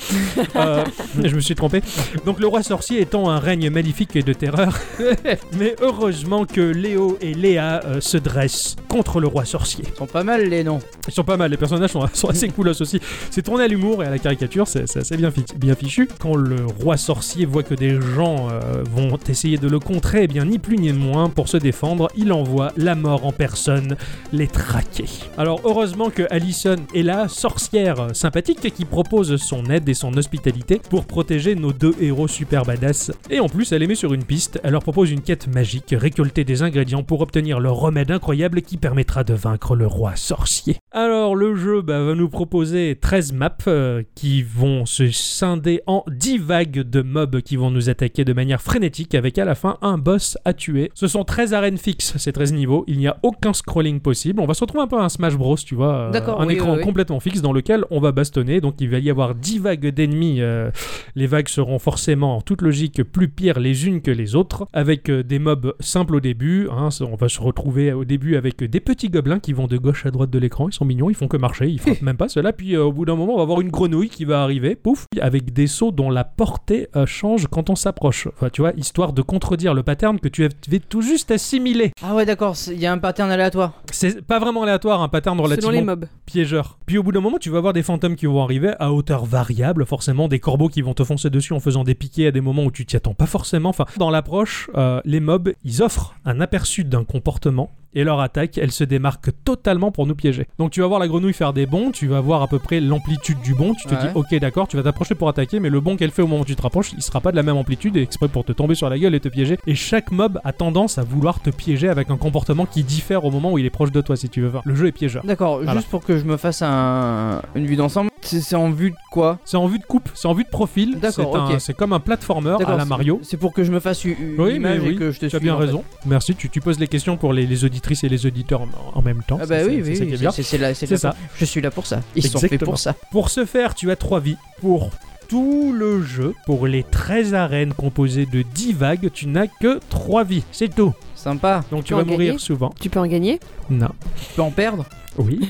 Speaker 1: Euh, je me suis trompé. Donc le roi sorcier étant un règne maléfique et de terreur, [laughs] mais heureusement que Léo et Léa euh, se dressent contre le roi sorcier.
Speaker 2: Ils sont pas mal les noms.
Speaker 1: Ils sont pas mal, les personnages sont, [laughs] sont assez coolos aussi. C'est tourné à l'humour et à la caricature, c'est c'est assez bien, fi- bien fichu. Quand le roi sorcier voit que des gens euh, vont essayer de le contrer, eh bien ni plus ni moins, pour se défendre, il envoie la mort en personne les traquer. Alors heureusement que Allison est là, sorcière euh, sympathique, et qui propose son aide et son hospitalité pour protéger nos deux héros super badass. Et en plus, elle les met sur une piste, elle leur propose une quête magique, récolter des ingrédients pour obtenir le remède incroyable qui permettra de vaincre le roi sorcier. Alors le jeu bah, va nous proposer 13 maps euh, qui vont se scinder en 10 vagues de mobs qui vont nous attaquer de manière frénétique avec à la fin un boss à tuer. Ce sont 13 arènes fixes, ces 13 niveaux, il n'y a aucun scrolling possible. On va se retrouver un peu à un Smash Bros, tu vois, euh,
Speaker 2: D'accord,
Speaker 1: un
Speaker 2: oui,
Speaker 1: écran
Speaker 2: oui, oui.
Speaker 1: complètement fixe dans lequel on va bastonner, donc il va y avoir 10 vagues d'ennemis euh, les vagues seront forcément, en toute logique, plus pires les unes que les autres, avec euh, des mobs simples au début. hein, ça, on va se retrouver au début avec des petits gobelins qui vont de gauche à droite de l'écran. Ils sont mignons, ils font que marcher, ils
Speaker 3: [laughs]
Speaker 1: frappent même pas cela. Puis euh, au bout d'un moment, on va avoir une grenouille qui va arriver, pouf, avec des sauts dont la portée euh, change quand on s'approche. Enfin, tu vois, histoire de contredire le pattern que tu avais tout juste assimilé.
Speaker 2: Ah ouais d'accord, c'est- il y a un pattern aléatoire.
Speaker 1: C'est pas vraiment aléatoire, un pattern
Speaker 3: Selon les
Speaker 1: relativement
Speaker 3: mobs.
Speaker 1: piégeur. Puis au bout d'un moment, tu vas avoir des fantômes qui vont arriver à hauteur variable, forcément des corbeaux qui vont te foncer dessus en faisant des piquets à des moments où tu t'y attends pas forcément. Enfin, dans l'approche, euh, les mobs, ils offrent un aperçu d'un comportement. Et leur attaque, elle se démarque totalement pour nous piéger. Donc tu vas voir la grenouille faire des bonds, tu vas voir à peu près l'amplitude du bond, tu te
Speaker 2: Ouais.
Speaker 1: dis ok d'accord, tu vas t'approcher pour attaquer, mais le bond qu'elle fait au moment où tu te rapproches, il sera pas de la même amplitude, et exprès pour te tomber sur la gueule et te piéger. Et chaque mob a tendance à vouloir te piéger avec un comportement qui diffère au moment où il est proche de toi, si tu veux voir. Le jeu est piégeur.
Speaker 2: D'accord,
Speaker 1: Voilà.
Speaker 2: juste pour que je me fasse un... une vue d'ensemble. C'est c'est en vue de quoi
Speaker 1: C'est en vue de coupe, c'est en vue de profil. C'est
Speaker 2: D'accord,
Speaker 1: un-
Speaker 2: ok.
Speaker 1: c'est comme un platformer à
Speaker 2: D'accord,
Speaker 1: la
Speaker 2: c'est-
Speaker 1: Mario.
Speaker 2: C'est pour que je me fasse u- une
Speaker 1: Oui, mais
Speaker 2: image et
Speaker 1: oui,
Speaker 2: que je
Speaker 1: Tu
Speaker 2: te
Speaker 1: as
Speaker 2: suive,
Speaker 1: bien
Speaker 2: en fait.
Speaker 1: raison. Merci. Tu, tu poses les questions pour les, les auditrices et les auditeurs en, en même temps.
Speaker 2: Ah
Speaker 1: Ça,
Speaker 2: bah
Speaker 1: c'est-
Speaker 2: oui,
Speaker 1: c'est
Speaker 2: oui,
Speaker 1: ça qui est
Speaker 2: oui,
Speaker 1: bien.
Speaker 2: c'est c'est là, c'est
Speaker 1: C'est
Speaker 2: là
Speaker 1: ça.
Speaker 2: pour- Je suis là pour ça. Ils sont faits
Speaker 1: Exactement.
Speaker 2: pour ça.
Speaker 1: Pour ce faire, tu as trois vies. Pour tout le jeu, pour les 13 arènes composées de 10 vagues, tu n'as que trois vies. C'est tout.
Speaker 2: Sympa.
Speaker 1: Donc tu
Speaker 3: Pour
Speaker 1: vas
Speaker 3: en gagner
Speaker 1: mourir souvent.
Speaker 3: Tu peux en gagner
Speaker 1: Non.
Speaker 2: Tu peux en perdre
Speaker 1: Oui.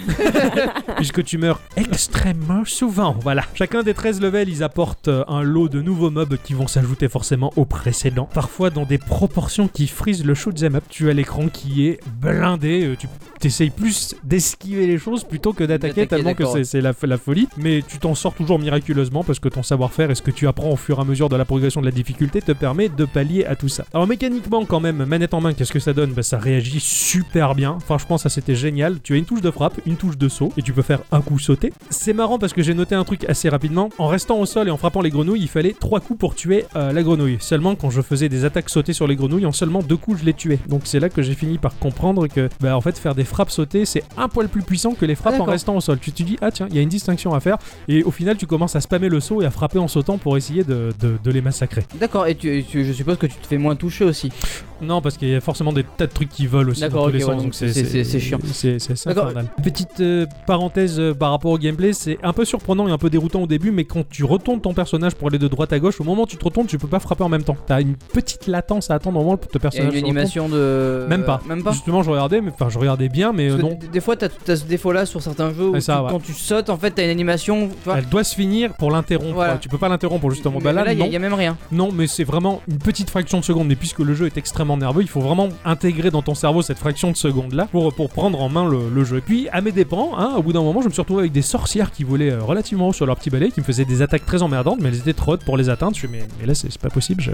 Speaker 2: [laughs]
Speaker 1: Puisque tu meurs extrêmement souvent. Voilà. Chacun des 13 levels, ils apportent euh, un lot de nouveaux mobs qui vont s'ajouter forcément aux précédents. Parfois dans des proportions qui frisent le shoot'em up. Tu as l'écran qui est blindé. euh, Tu t'essayes plus d'esquiver les choses plutôt que d'attaquer
Speaker 2: D'attaquer,
Speaker 1: tellement que
Speaker 2: d'accord.
Speaker 1: c'est- c'est la, la folie. Mais tu t'en sors toujours miraculeusement parce que ton savoir-faire et ce que tu apprends au fur et à mesure de la progression de la difficulté te permet de pallier à tout ça. Alors mécaniquement quand même, manette en main, qu'est-ce que ça donne bah, Ça réagit super bien. Franchement ça c'était génial. Tu as une touche de frappe, une touche de saut et tu peux faire un coup sauter. C'est marrant parce que j'ai noté un truc assez rapidement. En restant au sol et en frappant les grenouilles, il fallait trois coups pour tuer euh, la grenouille. Seulement quand je faisais des attaques sautées sur les grenouilles, en seulement deux coups je les tuais. Donc c'est là que j'ai fini par comprendre que bah, en fait faire des frappes sautées c'est un poil plus puissant que les frappes en
Speaker 2: d'accord.
Speaker 1: restant au sol. Tu te dis ah tiens il y a une distinction à faire et au final tu commences à spammer le saut et à frapper en sautant pour essayer de- de- de les massacrer.
Speaker 2: D'accord, et tu, tu- je suppose que tu te fais moins toucher aussi.
Speaker 1: Non, parce qu'il y a forcément des tas de trucs qui volent aussi dans
Speaker 2: D'accord,
Speaker 1: tous les
Speaker 2: ok, ouais,
Speaker 1: sens,
Speaker 2: donc
Speaker 1: donc
Speaker 2: c'est- c'est- c'est chiant.
Speaker 1: C'est c'est- c'est
Speaker 2: D'accord.
Speaker 1: infernal. Petite euh, parenthèse euh, par rapport au gameplay, c'est un peu surprenant et un peu déroutant au début, mais quand tu retournes ton personnage pour aller de droite à gauche, au moment où tu te retournes, tu peux pas frapper en même temps. T'as une petite latence à attendre au moment où ton
Speaker 2: Il y a une
Speaker 1: personnage se retourne.
Speaker 2: animation de.
Speaker 1: Même pas.
Speaker 2: Même pas.
Speaker 1: Justement, je regardais, mais enfin, je regardais bien, mais euh,
Speaker 2: Parce que
Speaker 1: non.
Speaker 2: d- Des fois, t'as as ce défaut-là sur certains jeux où
Speaker 1: Ouais, ça,
Speaker 2: tu-
Speaker 1: ouais.
Speaker 2: quand tu sautes, en fait, t'as une animation. Tu vois,
Speaker 1: Elle doit se finir pour l'interrompre.
Speaker 2: Voilà.
Speaker 1: Tu peux pas l'interrompre justement.
Speaker 2: Mais
Speaker 1: Bah là,
Speaker 2: là, il y a-
Speaker 1: non.
Speaker 2: il y a même rien.
Speaker 1: Non, mais c'est vraiment une petite fraction de seconde. Mais puisque le jeu est extrêmement nerveux, il faut vraiment intégrer dans ton cerveau cette fraction de seconde là pour, pour prendre en main le, le jeu. Puis, à mes dépens, hein, au bout d'un moment, je me suis retrouvé avec des sorcières qui volaient euh, relativement haut sur leur petit balai, qui me faisaient des attaques très emmerdantes, mais elles étaient trop hautes pour les atteindre. Je fais, mais, mais là, c'est c'est pas possible. je-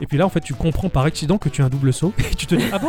Speaker 1: Et puis là, en fait, tu comprends par accident que tu as un double saut. [laughs] Et tu te dis, ah bon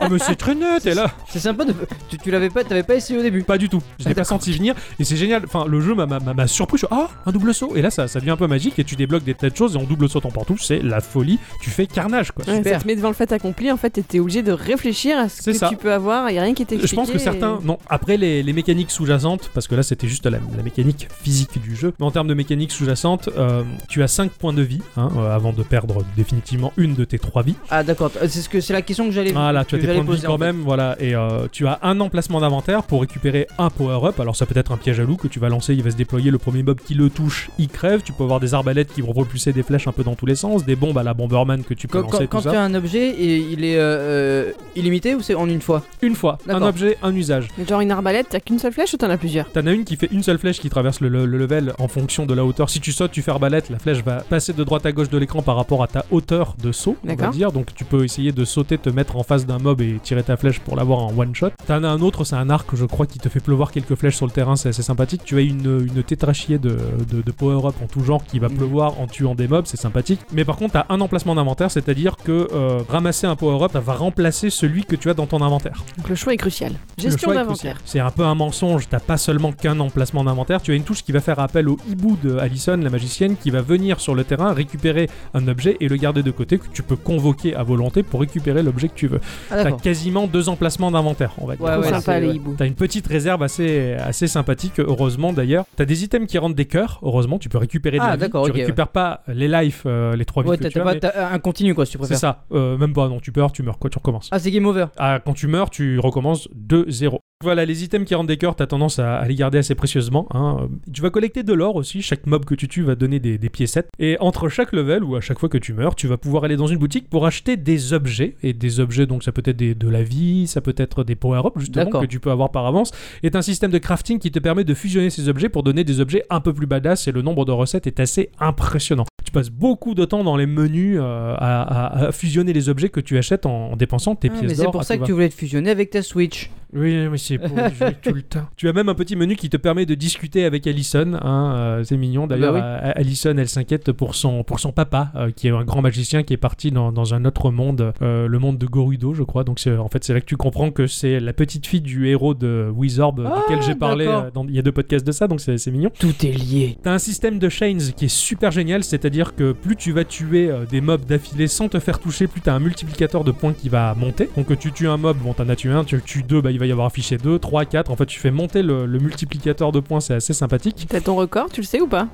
Speaker 1: Ah, mais c'est très net, et là
Speaker 2: C'est sympa de. Tu, tu l'avais pas, t'avais pas essayé au début.
Speaker 1: pas du tout. Je
Speaker 2: Ah,
Speaker 1: l'ai pas
Speaker 2: d'accord.
Speaker 1: senti venir et c'est génial. Enfin, le jeu m'a- m'a m'a- m'a surpris. Je suis, ah, un double saut. Et là, ça, ça devient un peu magique et tu débloques des tas de choses et en double sautant partout, c'est la folie. Tu fais carnage quoi.
Speaker 3: Ouais,
Speaker 2: Super.
Speaker 3: Ça te met devant dans le fait accompli, en fait, t'étais obligé de réfléchir à ce
Speaker 1: Ah, C'est
Speaker 3: que
Speaker 1: ça.
Speaker 3: tu peux avoir. Il n'y a rien qui était
Speaker 1: Je pense que certains. Non, après les, les mécaniques sous-jacentes, parce que là c'était juste la, la mécanique physique du jeu, mais en termes de mécanique sous-jacente, euh, tu as 5 points de vie hein, euh, avant de perdre définitivement une de tes 3 vies.
Speaker 2: Ah d'accord, Euh, c'est ce que c'est la question que j'allais
Speaker 1: Voilà,
Speaker 2: que
Speaker 1: tu as tes
Speaker 2: j'allais
Speaker 1: points de vie
Speaker 2: poser,
Speaker 1: quand
Speaker 2: en fait.
Speaker 1: même, voilà, et euh, tu as un emplacement d'inventaire pour récupérer un power-up. Alors ça peut être un piège à loup que tu vas lancer, il va se déployer, le premier mob qui le touche, il crève. Tu peux avoir des arbalètes qui vont repulser des flèches un peu dans tous les sens, des bombes à la Bomberman que tu peux
Speaker 2: Quand,
Speaker 1: lancer,
Speaker 2: quand,
Speaker 1: tout
Speaker 2: quand tu
Speaker 1: ça.
Speaker 2: as un objet, et il est euh, euh, illimité ou c'est en une fois
Speaker 1: Une fois, un
Speaker 2: D'accord.
Speaker 1: objet, un usage.
Speaker 3: Mais genre une arbalète, t'as qu'une seule flèche ou t'en as plusieurs
Speaker 1: T'en as une qui fait une seule flèche qui traverse le, le- le level en fonction de la hauteur. Si tu sautes, tu fais arbalète, la flèche va passer de droite à gauche de l'écran par rapport à ta hauteur de saut, on va
Speaker 3: D'accord.
Speaker 1: dire. Donc tu peux essayer de sauter, te mettre en face d'un mob et tirer ta flèche pour l'avoir en one shot. T'en as un autre, c'est un arc, je crois, qui te fait pleuvoir quelques flèches sur le terrain, c'est assez sympathique. Tu as une, une tétrachier de, de, de power-up en tout genre qui va
Speaker 2: Mhm.
Speaker 1: pleuvoir en tuant des mobs, c'est sympathique. Mais par contre, t'as un emplacement d'inventaire, c'est-à-dire que euh, ramasser un power-up, ça va remplacer celui que tu as dans ton inventaire.
Speaker 3: Donc le choix est crucial.
Speaker 1: Le
Speaker 3: Gestion
Speaker 1: choix est crucial.
Speaker 3: d'inventaire.
Speaker 1: C'est un peu un mensonge, t'as pas seulement qu'un emplacement d'inventaire, tu as une touche qui va faire appel au hibou de Allison, la magicienne, qui va venir sur le terrain récupérer un objet et le garder de côté, que tu peux convoquer à volonté pour récupérer l'objet que tu veux.
Speaker 2: Ah
Speaker 1: T'as
Speaker 2: d'accord.
Speaker 1: quasiment deux emplacements d'inventaire, on va dire.
Speaker 2: Ouais,
Speaker 3: Trop
Speaker 2: ouais,
Speaker 3: sympa
Speaker 2: c'est-
Speaker 3: les
Speaker 2: ouais.
Speaker 3: hiboux.
Speaker 1: T'as une petite réserve assez, assez sympathique, heureusement d'ailleurs. T'as des items qui rentrent des cœurs, heureusement, tu peux récupérer de
Speaker 2: Ah,
Speaker 1: la vie.
Speaker 2: d'accord,
Speaker 1: tu
Speaker 2: ok,
Speaker 1: récupères pas les life, euh, les trois vies
Speaker 2: Ouais,
Speaker 1: que
Speaker 2: t'as
Speaker 1: tu
Speaker 2: t'as
Speaker 1: as,
Speaker 2: pas
Speaker 1: mais
Speaker 2: t'as un continu quoi si tu
Speaker 1: C'est
Speaker 2: préfères.
Speaker 1: ça, Euh, même pas, non, tu peurs, tu meurs, quoi, tu recommences.
Speaker 2: Ah c'est game over.
Speaker 1: Ah, quand tu meurs, tu recommences de zéro. Voilà, les items qui rendent des cœurs, t'as tendance à, à les garder assez précieusement. hein. Euh, Tu vas collecter de l'or aussi, chaque mob que tu tues va donner des, des piécettes. Et entre chaque level, ou à chaque fois que tu meurs, tu vas pouvoir aller dans une boutique pour acheter des objets. Et des objets, donc ça peut être des- de la vie, ça peut être des power-ups justement
Speaker 2: D'accord.
Speaker 1: que tu peux avoir par avance. Et t'as un système de crafting qui te permet de fusionner ces objets pour donner des objets un peu plus badass et le nombre de recettes est assez impressionnant. Tu passes beaucoup de temps dans les menus euh, à, à- à fusionner les objets que tu achètes en, en dépensant tes
Speaker 2: Ah,
Speaker 1: pièces
Speaker 2: mais
Speaker 1: d'or.
Speaker 2: c'est
Speaker 1: à
Speaker 2: pour ça
Speaker 1: tout
Speaker 2: que
Speaker 1: va.
Speaker 2: tu voulais te fusionner avec ta Switch.
Speaker 1: Oui, mais c'est
Speaker 2: [laughs]
Speaker 1: pour jouer tout le temps. Tu as même un petit menu qui te permet de discuter avec Allison. hein, euh, c'est mignon. D'ailleurs,
Speaker 2: Bah oui.
Speaker 1: euh, Allison, elle s'inquiète pour son, pour son papa, euh, qui est un grand magicien qui est parti dans, dans un autre monde, euh, le monde de Gorudo, je crois. Donc, c'est- en fait, c'est là que tu comprends que c'est la petite fille du héros de Wizorb,
Speaker 2: Ah,
Speaker 1: duquel j'ai parlé
Speaker 2: d'accord.
Speaker 1: euh, dans- il y a deux podcasts de ça, donc c'est c'est mignon.
Speaker 2: Tout est lié.
Speaker 1: T'as un système de chains qui est super génial, c'est-à-dire que plus tu vas tuer euh, des mobs d'affilée sans te faire toucher, plus t'as un multiplicateur de points qui va monter. Donc euh, tu tues un mob, bon t'en as tué un, tu tues deux, bah il va y avoir affiché deux, trois, quatre. En fait, tu fais monter le, le multiplicateur de points, c'est assez sympathique.
Speaker 3: T'as ton record, tu le sais ou pas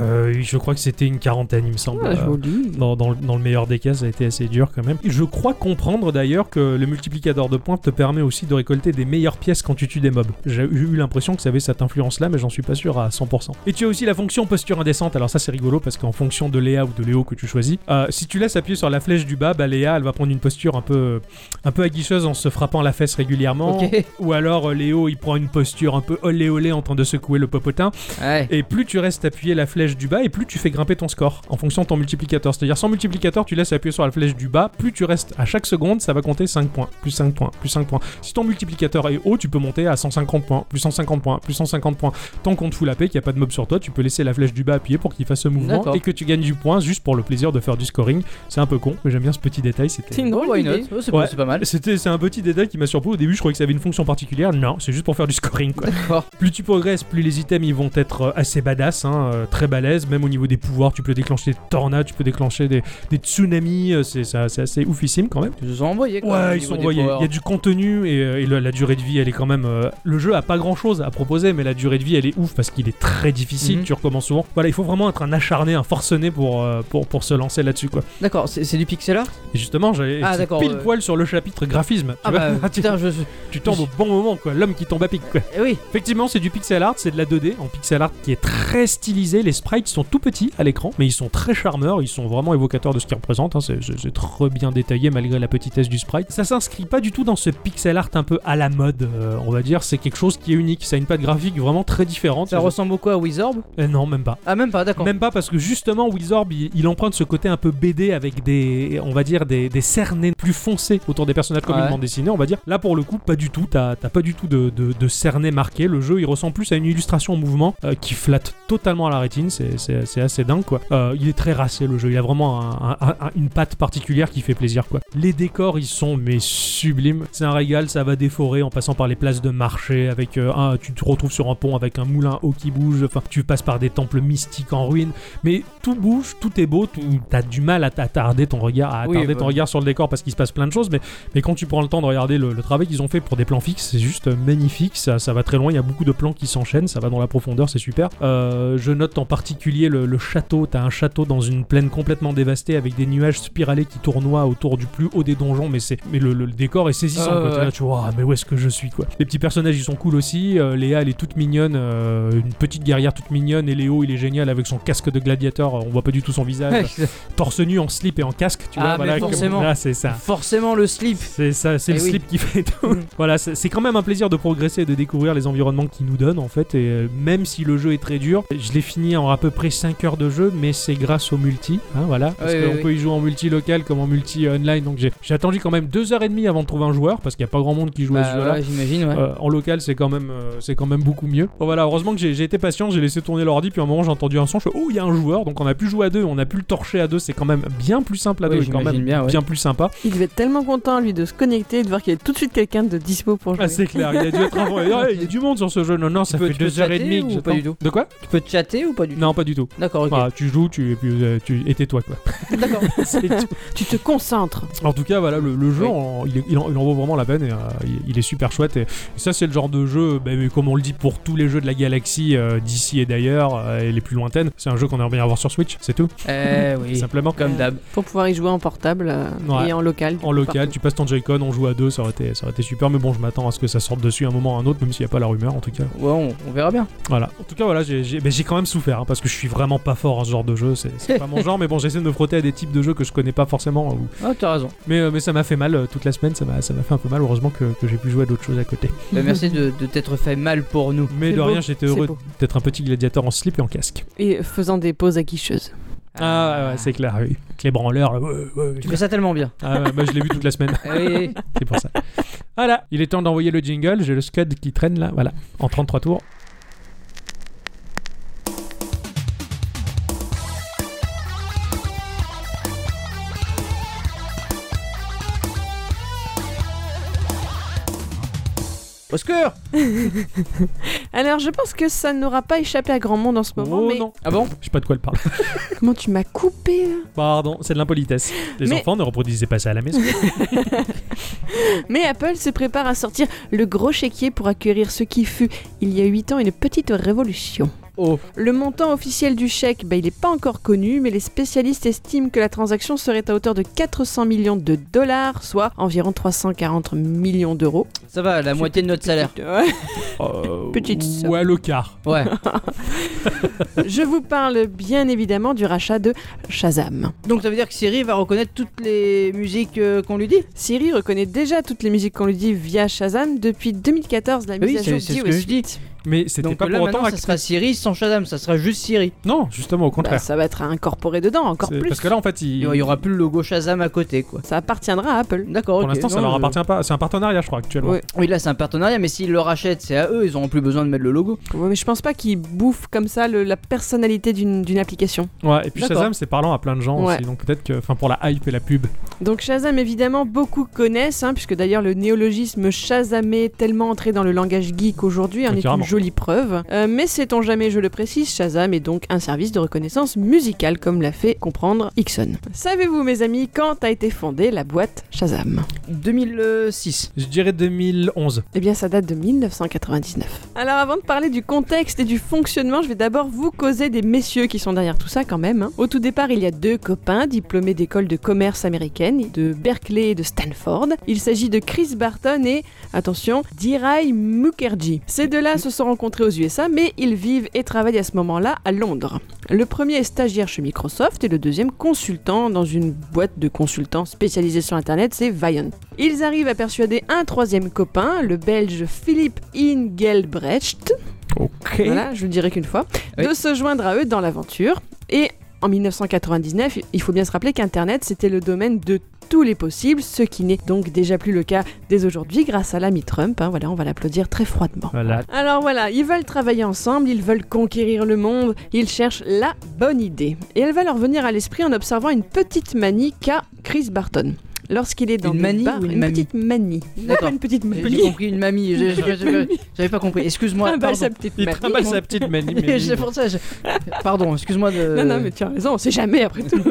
Speaker 1: Euh, je crois que c'était une quarantaine, il me semble.
Speaker 3: Ah,
Speaker 1: Euh,
Speaker 3: Joli.
Speaker 1: dans, dans le- dans le meilleur des cas, ça a été assez dur quand même. Je crois comprendre d'ailleurs que le multiplicateur de points te permet aussi de récolter des meilleures pièces quand tu tues des mobs. J'ai eu l'impression que ça avait cette influence-là, mais j'en suis pas sûr à 100%. Et tu as aussi la fonction posture indécente. Alors ça, c'est rigolo parce qu'en fonction de Léa ou de Léo que tu choisis, euh, si tu laisses appuyer sur la flèche du bas, bah Léa, elle va prendre une posture un peu, un peu aguicheuse en se frappant la fesse régulièrement.
Speaker 2: Ok.
Speaker 1: Ou alors euh, Léo, il prend une posture un peu olé olé en train de secouer le popotin.
Speaker 2: Ouais.
Speaker 1: Et plus tu restes appuyé la flèche du bas, et plus tu fais grimper ton score en fonction de ton multiplicateur. C'est-à-dire sans multiplicateur, tu laisses appuyer sur la flèche du bas, plus tu restes à chaque seconde, ça va compter 5 points, plus 5 points, plus 5 points. Si ton multiplicateur est haut, tu peux monter à 150 points, plus 150 points, plus 150 points. Tant qu'on te fout la paix, qu'il n'y a pas de mob sur toi, tu peux laisser la flèche du bas appuyer pour qu'il fasse ce mouvement
Speaker 2: D'accord.
Speaker 1: et que tu gagnes du point juste pour le plaisir de faire du scoring. C'est un peu con, mais j'aime bien ce petit détail. C'était
Speaker 3: C'est une
Speaker 2: Oh,
Speaker 3: drôle
Speaker 2: why
Speaker 3: d'idée.
Speaker 2: not Oh, C'est
Speaker 1: Ouais.
Speaker 2: c'est pas mal.
Speaker 1: c'était c'est un petit détail qui m'a surpris au début, je croyais que ça avait une fonction particulière. Non, c'est juste pour faire du scoring quoi.
Speaker 2: D'accord.
Speaker 1: Plus tu progresses, plus les items ils vont être euh, assez badass, hein, euh, très balèzes, même au niveau des pouvoirs, tu peux déclencher des tornades, tu peux déclencher des, des tsunamis, euh, c'est ça- c'est assez oufissime quand même.
Speaker 2: Ils nous ont envoyés quoi. au
Speaker 1: Ouais, ils
Speaker 2: niveau
Speaker 1: sont
Speaker 2: des
Speaker 1: envoyés.
Speaker 2: powers.
Speaker 1: Il y a du contenu et, euh, et la, la durée de vie, elle est quand même. euh, le jeu a pas grand chose à proposer, mais la durée de vie, elle est ouf parce qu'il est très difficile.
Speaker 2: Mhm.
Speaker 1: Tu recommences souvent. Voilà, il faut vraiment être un acharné, un forcené pour euh, pour, pour se lancer là-dessus quoi.
Speaker 2: D'accord, c'est c'est du pixel art
Speaker 1: Et justement, j'avais
Speaker 2: Ah,
Speaker 1: c'est
Speaker 2: d'accord,
Speaker 1: pile
Speaker 2: euh.
Speaker 1: poil sur le chapitre graphisme. tu
Speaker 2: Ah
Speaker 1: vois.
Speaker 2: bah
Speaker 1: [laughs] tu,
Speaker 2: putain, je.
Speaker 1: tu tombes au bon moment quoi. L'homme qui tombe à pic quoi.
Speaker 2: Eh oui.
Speaker 1: Effectivement, c'est du pixel art, c'est de la 2D en pixel art qui est très stylisé. Les sprites sont tout petits à l'écran, mais ils sont très charmeurs, ils sont vraiment évocateurs de ce qu'ils représentent. hein. C'est- C'est c'est très bien détaillé malgré la petitesse du sprite. Ça s'inscrit pas du tout dans ce pixel art un peu à la mode, euh, on va dire. C'est quelque chose qui est unique. Ça a une patte graphique vraiment très différente.
Speaker 2: Ça ressemble beaucoup à Wizorb
Speaker 1: Eh non, même pas.
Speaker 2: Ah, même pas, d'accord.
Speaker 1: Même pas parce que justement Wizorb il, il emprunte ce côté un peu BD avec des on va dire des, des cernés plus foncés autour des personnages comme
Speaker 2: Ouais.
Speaker 1: ils l'ont dessiné on va dire. Là pour le coup pas du tout, t'as t'as pas du tout de, de, de cernés marqués. Le jeu il ressemble plus à une illustration en mouvement euh, qui flatte totalement à la rétine. platine, c'est- c'est c'est assez dingue quoi. Euh, il est très racé le jeu, il a vraiment un- un- un- une patte particulière qui fait plaisir quoi. Les décors ils sont mais sublimes, c'est un régal, ça va des forêts en passant par les places de marché avec euh, un, tu te retrouves sur un pont avec un moulin à eau qui bouge, enfin tu passes par des temples mystiques en ruine, mais tout bouge, tout est beau, tout- t'as du mal à t'attarder ton regard, à
Speaker 2: Oui,
Speaker 1: attarder ton
Speaker 2: bah.
Speaker 1: regard sur le décor parce qu'il se passe plein de choses, mais mais quand tu prends le temps de regarder le, le travail qu'ils ont fait pour des plans fixes, c'est juste magnifique, ça, ça va très loin, il y a beaucoup de plans qui s'enchaînent, ça va dans la profondeur, c'est super. Euh, je note en particulier le, le château, t'as un château dans une plaine complètement dévastée avec des nuages spiralés qui tournoient autour du plus haut des donjons, mais, c'est, mais le, le- le décor est saisissant,
Speaker 2: Ah,
Speaker 1: quoi. T'es
Speaker 2: ouais.
Speaker 1: là, tu vois, mais où est-ce que je suis quoi. Les petits personnages ils sont cool aussi, Euh, Léa elle est toute mignonne, euh, une petite guerrière toute mignonne, et Léo il est génial avec son casque de gladiateur, on voit pas du tout son visage, torse nu en slip et en casque, tu
Speaker 2: Ah,
Speaker 1: vois,
Speaker 2: mais
Speaker 1: voilà, comme-
Speaker 2: forcément.
Speaker 1: là, c'est ça.
Speaker 2: [laughs] Forcément le slip.
Speaker 1: C'est ça, c'est
Speaker 2: Eh
Speaker 1: le
Speaker 2: oui.
Speaker 1: slip qui fait tout.
Speaker 2: Mm.
Speaker 1: voilà, c'est c'est quand même un plaisir de progresser et de découvrir les environnements qu'ils nous donnent en fait. Et euh, même si le jeu est très dur, je l'ai fini en à peu près 5 heures de jeu, mais c'est grâce au multi. hein, voilà, parce
Speaker 2: Oui,
Speaker 1: qu'on
Speaker 2: oui, oui.
Speaker 1: peut y jouer en multi local comme en multi euh, online. Donc j'ai j'ai attendu quand même 2h30 avant de trouver un joueur parce qu'il n'y a pas grand monde qui joue à ce
Speaker 2: Bah,
Speaker 1: jeu là.
Speaker 2: ouais, j'imagine, ouais.
Speaker 1: Euh, en local, c'est quand même, euh, c'est quand même beaucoup mieux. Bon, voilà, heureusement que j'ai j'ai été patient, j'ai laissé tourner l'ordi, puis à un moment j'ai entendu un son, je fais oh il y a un joueur, donc on a pu jouer à deux, on a pu le torcher à deux, c'est quand même bien plus simple à
Speaker 2: Oui,
Speaker 1: deux, et quand
Speaker 2: j'imagine
Speaker 1: même
Speaker 2: bien, ouais.
Speaker 1: bien plus sympa.
Speaker 3: Il devait être tellement content, lui, de se connecter et de voir qu'il y avait tout de suite quelqu'un de dispo pour jouer.
Speaker 1: [laughs] Ah, c'est clair, il a dû être avant.
Speaker 2: [laughs]
Speaker 1: Ah, Il y a du monde sur ce jeu. Non, non, ça
Speaker 2: peux-
Speaker 1: fait
Speaker 2: tu peux
Speaker 1: deux heures et
Speaker 2: chatter
Speaker 1: demie que
Speaker 2: ou
Speaker 1: j'attends.
Speaker 2: pas du tout
Speaker 1: De quoi
Speaker 2: Tu peux chatter ou pas du tout
Speaker 1: Non, pas du tout.
Speaker 2: D'accord, ok.
Speaker 1: Voilà, tu joues, tu et puis euh, tu et tais-toi
Speaker 2: [laughs]
Speaker 1: quoi.
Speaker 2: D'accord.
Speaker 1: C'est tout.
Speaker 3: Tu te concentres.
Speaker 1: en tout cas, voilà, le, le jeu,
Speaker 2: Oui.
Speaker 1: en- il, est- il en, il en vaut vraiment la peine. Et, euh, il, il est super chouette. Et, et ça, c'est le genre de jeu, ben, mais comme on le dit pour tous les jeux de la galaxie euh, d'ici et d'ailleurs euh, et les plus lointaines, c'est un jeu qu'on aimerait bien avoir sur Switch. C'est tout,
Speaker 2: eh
Speaker 1: tout
Speaker 2: oui.
Speaker 1: simplement.
Speaker 2: Comme d'hab.
Speaker 3: Pour pouvoir y jouer en portable euh,
Speaker 1: Ouais.
Speaker 3: et en local. du
Speaker 1: En
Speaker 3: coup,
Speaker 1: local,
Speaker 3: partout.
Speaker 1: tu passes ton Joy-Con, on joue à deux, ça aurait été, ça aurait été super. Mais bon, je m'attends à ce que ça sorte dessus à un moment ou à un autre, même s'il n'y a pas la rumeur en tout cas.
Speaker 2: Ouais, on, on verra bien.
Speaker 1: Voilà. En tout cas, voilà, j'ai j'ai- ben, j'ai quand même souffert hein, parce que je suis vraiment pas fort en ce genre de jeu. C'est c'est pas mon genre, mais bon, j'essaie de me frotter à des types de jeux que je connais pas forcément. ou-
Speaker 2: Ah, t'as raison.
Speaker 1: Mais, euh, mais ça m'a fait mal euh, toute la semaine. Ça m'a ça m'a fait un peu mal. Heureusement que, que j'ai pu jouer à d'autres choses à côté.
Speaker 2: Bah, merci de, de t'être fait mal pour nous.
Speaker 1: Mais
Speaker 3: C'est
Speaker 1: de
Speaker 3: beau,
Speaker 1: rien, j'étais
Speaker 3: c'est
Speaker 1: heureux
Speaker 3: beau.
Speaker 1: d'être un petit gladiateur en slip et en casque.
Speaker 3: Et faisant des pauses aguicheuses.
Speaker 1: Ah, ouais, c'est clair. Oui. Avec Les branleurs. là, ouais, ouais.
Speaker 2: Tu fais ça tellement bien.
Speaker 1: Ah, ouais, bah, je l'ai vu toute la semaine.
Speaker 2: Eh [laughs] oui.
Speaker 1: C'est pour ça. Voilà. Il est temps d'envoyer le jingle. J'ai le scud qui traîne là. Voilà. En 33 tours.
Speaker 2: Au secours
Speaker 3: Alors, je pense que ça n'aura pas échappé à grand monde en ce moment.
Speaker 1: oh
Speaker 3: mais
Speaker 1: non.
Speaker 2: Ah bon
Speaker 1: Je sais pas de quoi elle parle.
Speaker 3: comment tu m'as coupé hein là
Speaker 1: Pardon, c'est de l'impolitesse. Les
Speaker 3: Mais-
Speaker 1: enfants ne reproduisaient pas ça à la maison.
Speaker 3: Mais Apple se prépare à sortir le gros chéquier pour accueillir ce qui fut, il y a 8 ans, une petite révolution.
Speaker 2: Oh.
Speaker 3: Le montant officiel du chèque, bah, il n'est pas encore connu, mais les spécialistes estiment que la transaction serait à hauteur de 400 millions de dollars, soit environ 340 millions d'euros.
Speaker 2: Ça va, la moitié de
Speaker 1: [laughs]
Speaker 2: notre salaire.
Speaker 3: Ouais.
Speaker 1: Euh,
Speaker 3: Petite somme.
Speaker 1: Ouais, le quart.
Speaker 2: Ouais.
Speaker 3: Je vous parle bien évidemment du rachat de Shazam.
Speaker 2: Donc ça veut dire que Siri va reconnaître toutes les musiques euh, qu'on lui dit
Speaker 3: Siri reconnaît déjà toutes les musiques qu'on lui dit via Shazam depuis 2014, la
Speaker 2: Oui,
Speaker 3: mise à
Speaker 2: c'est-
Speaker 3: jour Bah,
Speaker 2: c'est ce
Speaker 3: d'iOS
Speaker 2: que je dis.
Speaker 3: 8.
Speaker 1: Mais c'était
Speaker 2: Donc
Speaker 1: pas
Speaker 2: là
Speaker 1: pour autant
Speaker 2: maintenant ça
Speaker 1: actif.
Speaker 2: sera Siri sans Shazam, ça sera juste Siri.
Speaker 1: Non, justement, au
Speaker 3: Bah,
Speaker 1: contraire.
Speaker 3: ça va être incorporé dedans, encore
Speaker 1: C'est-
Speaker 3: plus.
Speaker 1: Parce que là, en fait, il-
Speaker 2: Il y aura plus le logo Shazam à côté quoi.
Speaker 3: Ça appartiendra à Apple.
Speaker 2: D'accord.
Speaker 1: pour
Speaker 2: ok.
Speaker 1: l'instant, ça
Speaker 2: Non,
Speaker 1: leur
Speaker 2: je-
Speaker 1: appartient pas. C'est un partenariat, je crois, actuellement.
Speaker 3: Ouais.
Speaker 2: Oui là c'est un partenariat mais s'ils le rachètent c'est à eux, ils auront plus besoin de mettre le logo.
Speaker 3: Ouais, mais je pense pas qu'ils bouffent comme ça le- la personnalité d'une d'une application.
Speaker 1: Ouais, et puis
Speaker 2: D'accord.
Speaker 1: Shazam, c'est parlant à plein de gens
Speaker 3: Ouais.
Speaker 1: aussi. Donc peut-être que, enfin, pour la hype et la pub.
Speaker 3: Donc Shazam, évidemment, beaucoup connaissent, hein, puisque d'ailleurs le néologisme Shazam est tellement entré dans le langage geek aujourd'hui, en
Speaker 1: Oui,
Speaker 3: est
Speaker 1: carrément.
Speaker 3: une jolie preuve. Euh, mais sait-on jamais, je le précise, Shazam est donc un service de reconnaissance musicale, comme l'a fait comprendre Ixon. Savez-vous, mes amis, quand a été fondée la boîte Shazam
Speaker 2: 2006.
Speaker 1: Je dirais 2011.
Speaker 3: Eh bien, ça date de 1999. Alors, avant de parler du contexte et du fonctionnement, je vais d'abord vous causer des messieurs qui sont derrière tout ça quand même. hein. Au tout départ, il y a deux copains diplômés d'écoles de commerce américaines, de Berkeley et de Stanford. Il s'agit de Chris Barton et, attention, Dirai Mukherjee. Ces deux-là se sont rencontrés aux USA, mais ils vivent et travaillent à ce moment-là à Londres. Le premier est stagiaire chez Microsoft et le deuxième consultant dans une boîte de consultants spécialisée sur Internet, c'est Viant. Ils arrivent à persuader un troisième copain, le belge Philippe Ingelbrecht,
Speaker 1: Ok.
Speaker 3: voilà, je le dirai qu'une fois,
Speaker 2: Oui.
Speaker 3: de se joindre à eux dans l'aventure. Et en 1999, il faut bien se rappeler qu'Internet, c'était le domaine de tous les possibles, ce qui n'est donc déjà plus le cas dès aujourd'hui grâce à l'ami Trump. hein. voilà, on va l'applaudir très froidement.
Speaker 1: Voilà.
Speaker 3: Alors voilà, ils veulent travailler ensemble, ils veulent conquérir le monde, ils cherchent la bonne idée. Et elle va leur venir à l'esprit en observant une petite manie qu'a Chris Barton. Lorsqu'il est dans
Speaker 2: Une
Speaker 3: des
Speaker 2: manie
Speaker 3: bars-
Speaker 2: ou une
Speaker 3: une
Speaker 2: mamie
Speaker 3: petite manie.
Speaker 2: D'accord.
Speaker 3: Pas une petite
Speaker 2: J'ai
Speaker 3: manie.
Speaker 2: compris une mamie, je- je- je- je- j'avais pas compris. Excuse-moi.
Speaker 3: Trimballe
Speaker 2: pardon.
Speaker 3: sa petite
Speaker 1: Il
Speaker 3: manie.
Speaker 1: trimballe sa petite manie. mais-
Speaker 2: C'est pour ça. [laughs] je- Pardon, excuse-moi de.
Speaker 3: Non, non, mais tu as raison, on sait jamais
Speaker 2: [laughs]
Speaker 3: après tout.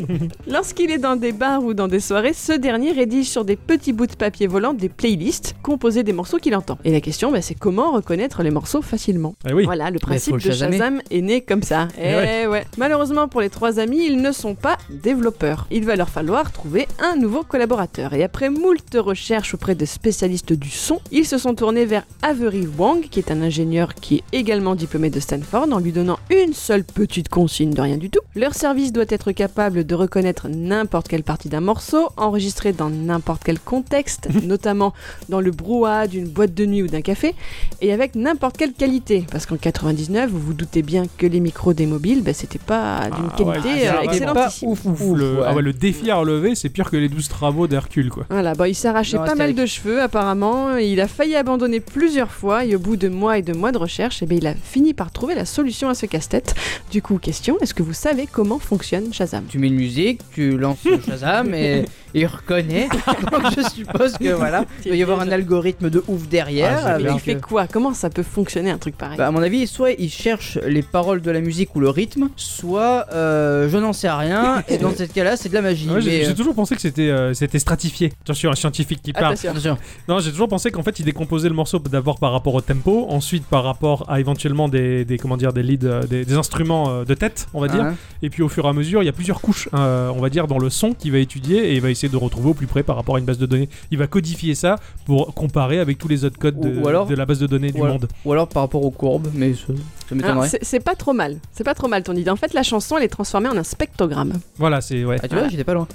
Speaker 3: Lorsqu'il est dans des bars ou dans des soirées, ce dernier rédige sur des petits bouts de papier volant des playlists composées des morceaux qu'il entend. Et la question, bah, c'est comment reconnaître les morceaux facilement
Speaker 1: Eh oui.
Speaker 3: Voilà, le
Speaker 2: faut
Speaker 3: principe de
Speaker 2: le Shazamer.
Speaker 3: Shazam est né comme ça. Eh
Speaker 1: Eh ouais.
Speaker 3: ouais. Malheureusement pour les trois amis, ils ne sont pas développeurs. Il va leur falloir trouver un nouveau collaborateur. Et après moult recherches auprès de spécialistes du son, ils se sont tournés vers Avery Wang, qui est un ingénieur qui est également diplômé de Stanford, en lui donnant une seule petite consigne de rien du tout. Leur service doit être capable de reconnaître n'importe quelle partie d'un morceau, enregistrée dans n'importe quel contexte, [laughs] notamment dans le brouhaha d'une boîte de nuit ou d'un café, et avec n'importe quelle qualité. Parce qu'en 99, vous vous doutez bien que les micros des mobiles, bah, c'était pas d'une
Speaker 1: Ah ouais,
Speaker 3: qualité
Speaker 1: c'était
Speaker 3: euh,
Speaker 1: pas
Speaker 3: excellentissime.
Speaker 2: ouf, ouf,
Speaker 1: Ouf, le...
Speaker 2: ouais.
Speaker 1: ah ouais, le défi à relever, c'est pire que les 12 travaux d'Hercule, quoi.
Speaker 3: Voilà, bon, il s'arrachait
Speaker 2: Non,
Speaker 3: pas mal
Speaker 2: Astérix.
Speaker 3: de cheveux apparemment, il a failli abandonner plusieurs fois et au bout de mois et de mois de recherche, eh bien, il a fini par trouver la solution à ce casse-tête. Du coup, question, est-ce que vous savez comment fonctionne Shazam
Speaker 2: Tu mets une musique, tu lances le Shazam et il reconnaît. [laughs] Donc je suppose que voilà, il doit y avoir un algorithme de ouf derrière.
Speaker 1: Ah, c'est
Speaker 3: Mais
Speaker 2: avec,
Speaker 3: il fait
Speaker 2: euh,
Speaker 3: quoi Comment ça peut fonctionner un truc pareil
Speaker 2: Bah, à mon avis, soit il cherche les paroles de la musique ou le rythme, soit euh, je n'en sais rien. Et dans ce cas-là, c'est de la magie.
Speaker 1: Ah ouais,
Speaker 2: mais,
Speaker 1: j'ai
Speaker 2: euh,
Speaker 1: j'ai toujours pensé que c'était euh, c'était stratifié. Je suis un scientifique qui parle.
Speaker 3: Attention.
Speaker 2: attention.
Speaker 1: Non, j'ai toujours pensé qu'en fait, il décomposait le morceau d'abord par rapport au tempo, ensuite par rapport à éventuellement des, des comment dire des leads, euh, des, des instruments euh, de tête, on va dire.
Speaker 2: Hein.
Speaker 1: Et puis au fur et à mesure, il y a plusieurs couches, euh, on va dire, dans le son qu'il va étudier et il va essayer de retrouver au plus près par rapport à une base de données. Il va codifier ça pour comparer avec tous les autres codes de,
Speaker 2: Ou- ou alors-
Speaker 1: de la base de données du
Speaker 2: ou alors-
Speaker 1: monde.
Speaker 2: Ou alors par rapport aux courbes, mais ça, ça
Speaker 3: Alors,
Speaker 2: m'étonnerait.
Speaker 3: Ah, c'est- C'est pas trop mal, c'est pas trop mal ton idée. En fait, la chanson, elle est transformée en un spectrogramme.
Speaker 1: Voilà, c'est ouais,
Speaker 2: Ah, tu vois, j'étais pas loin.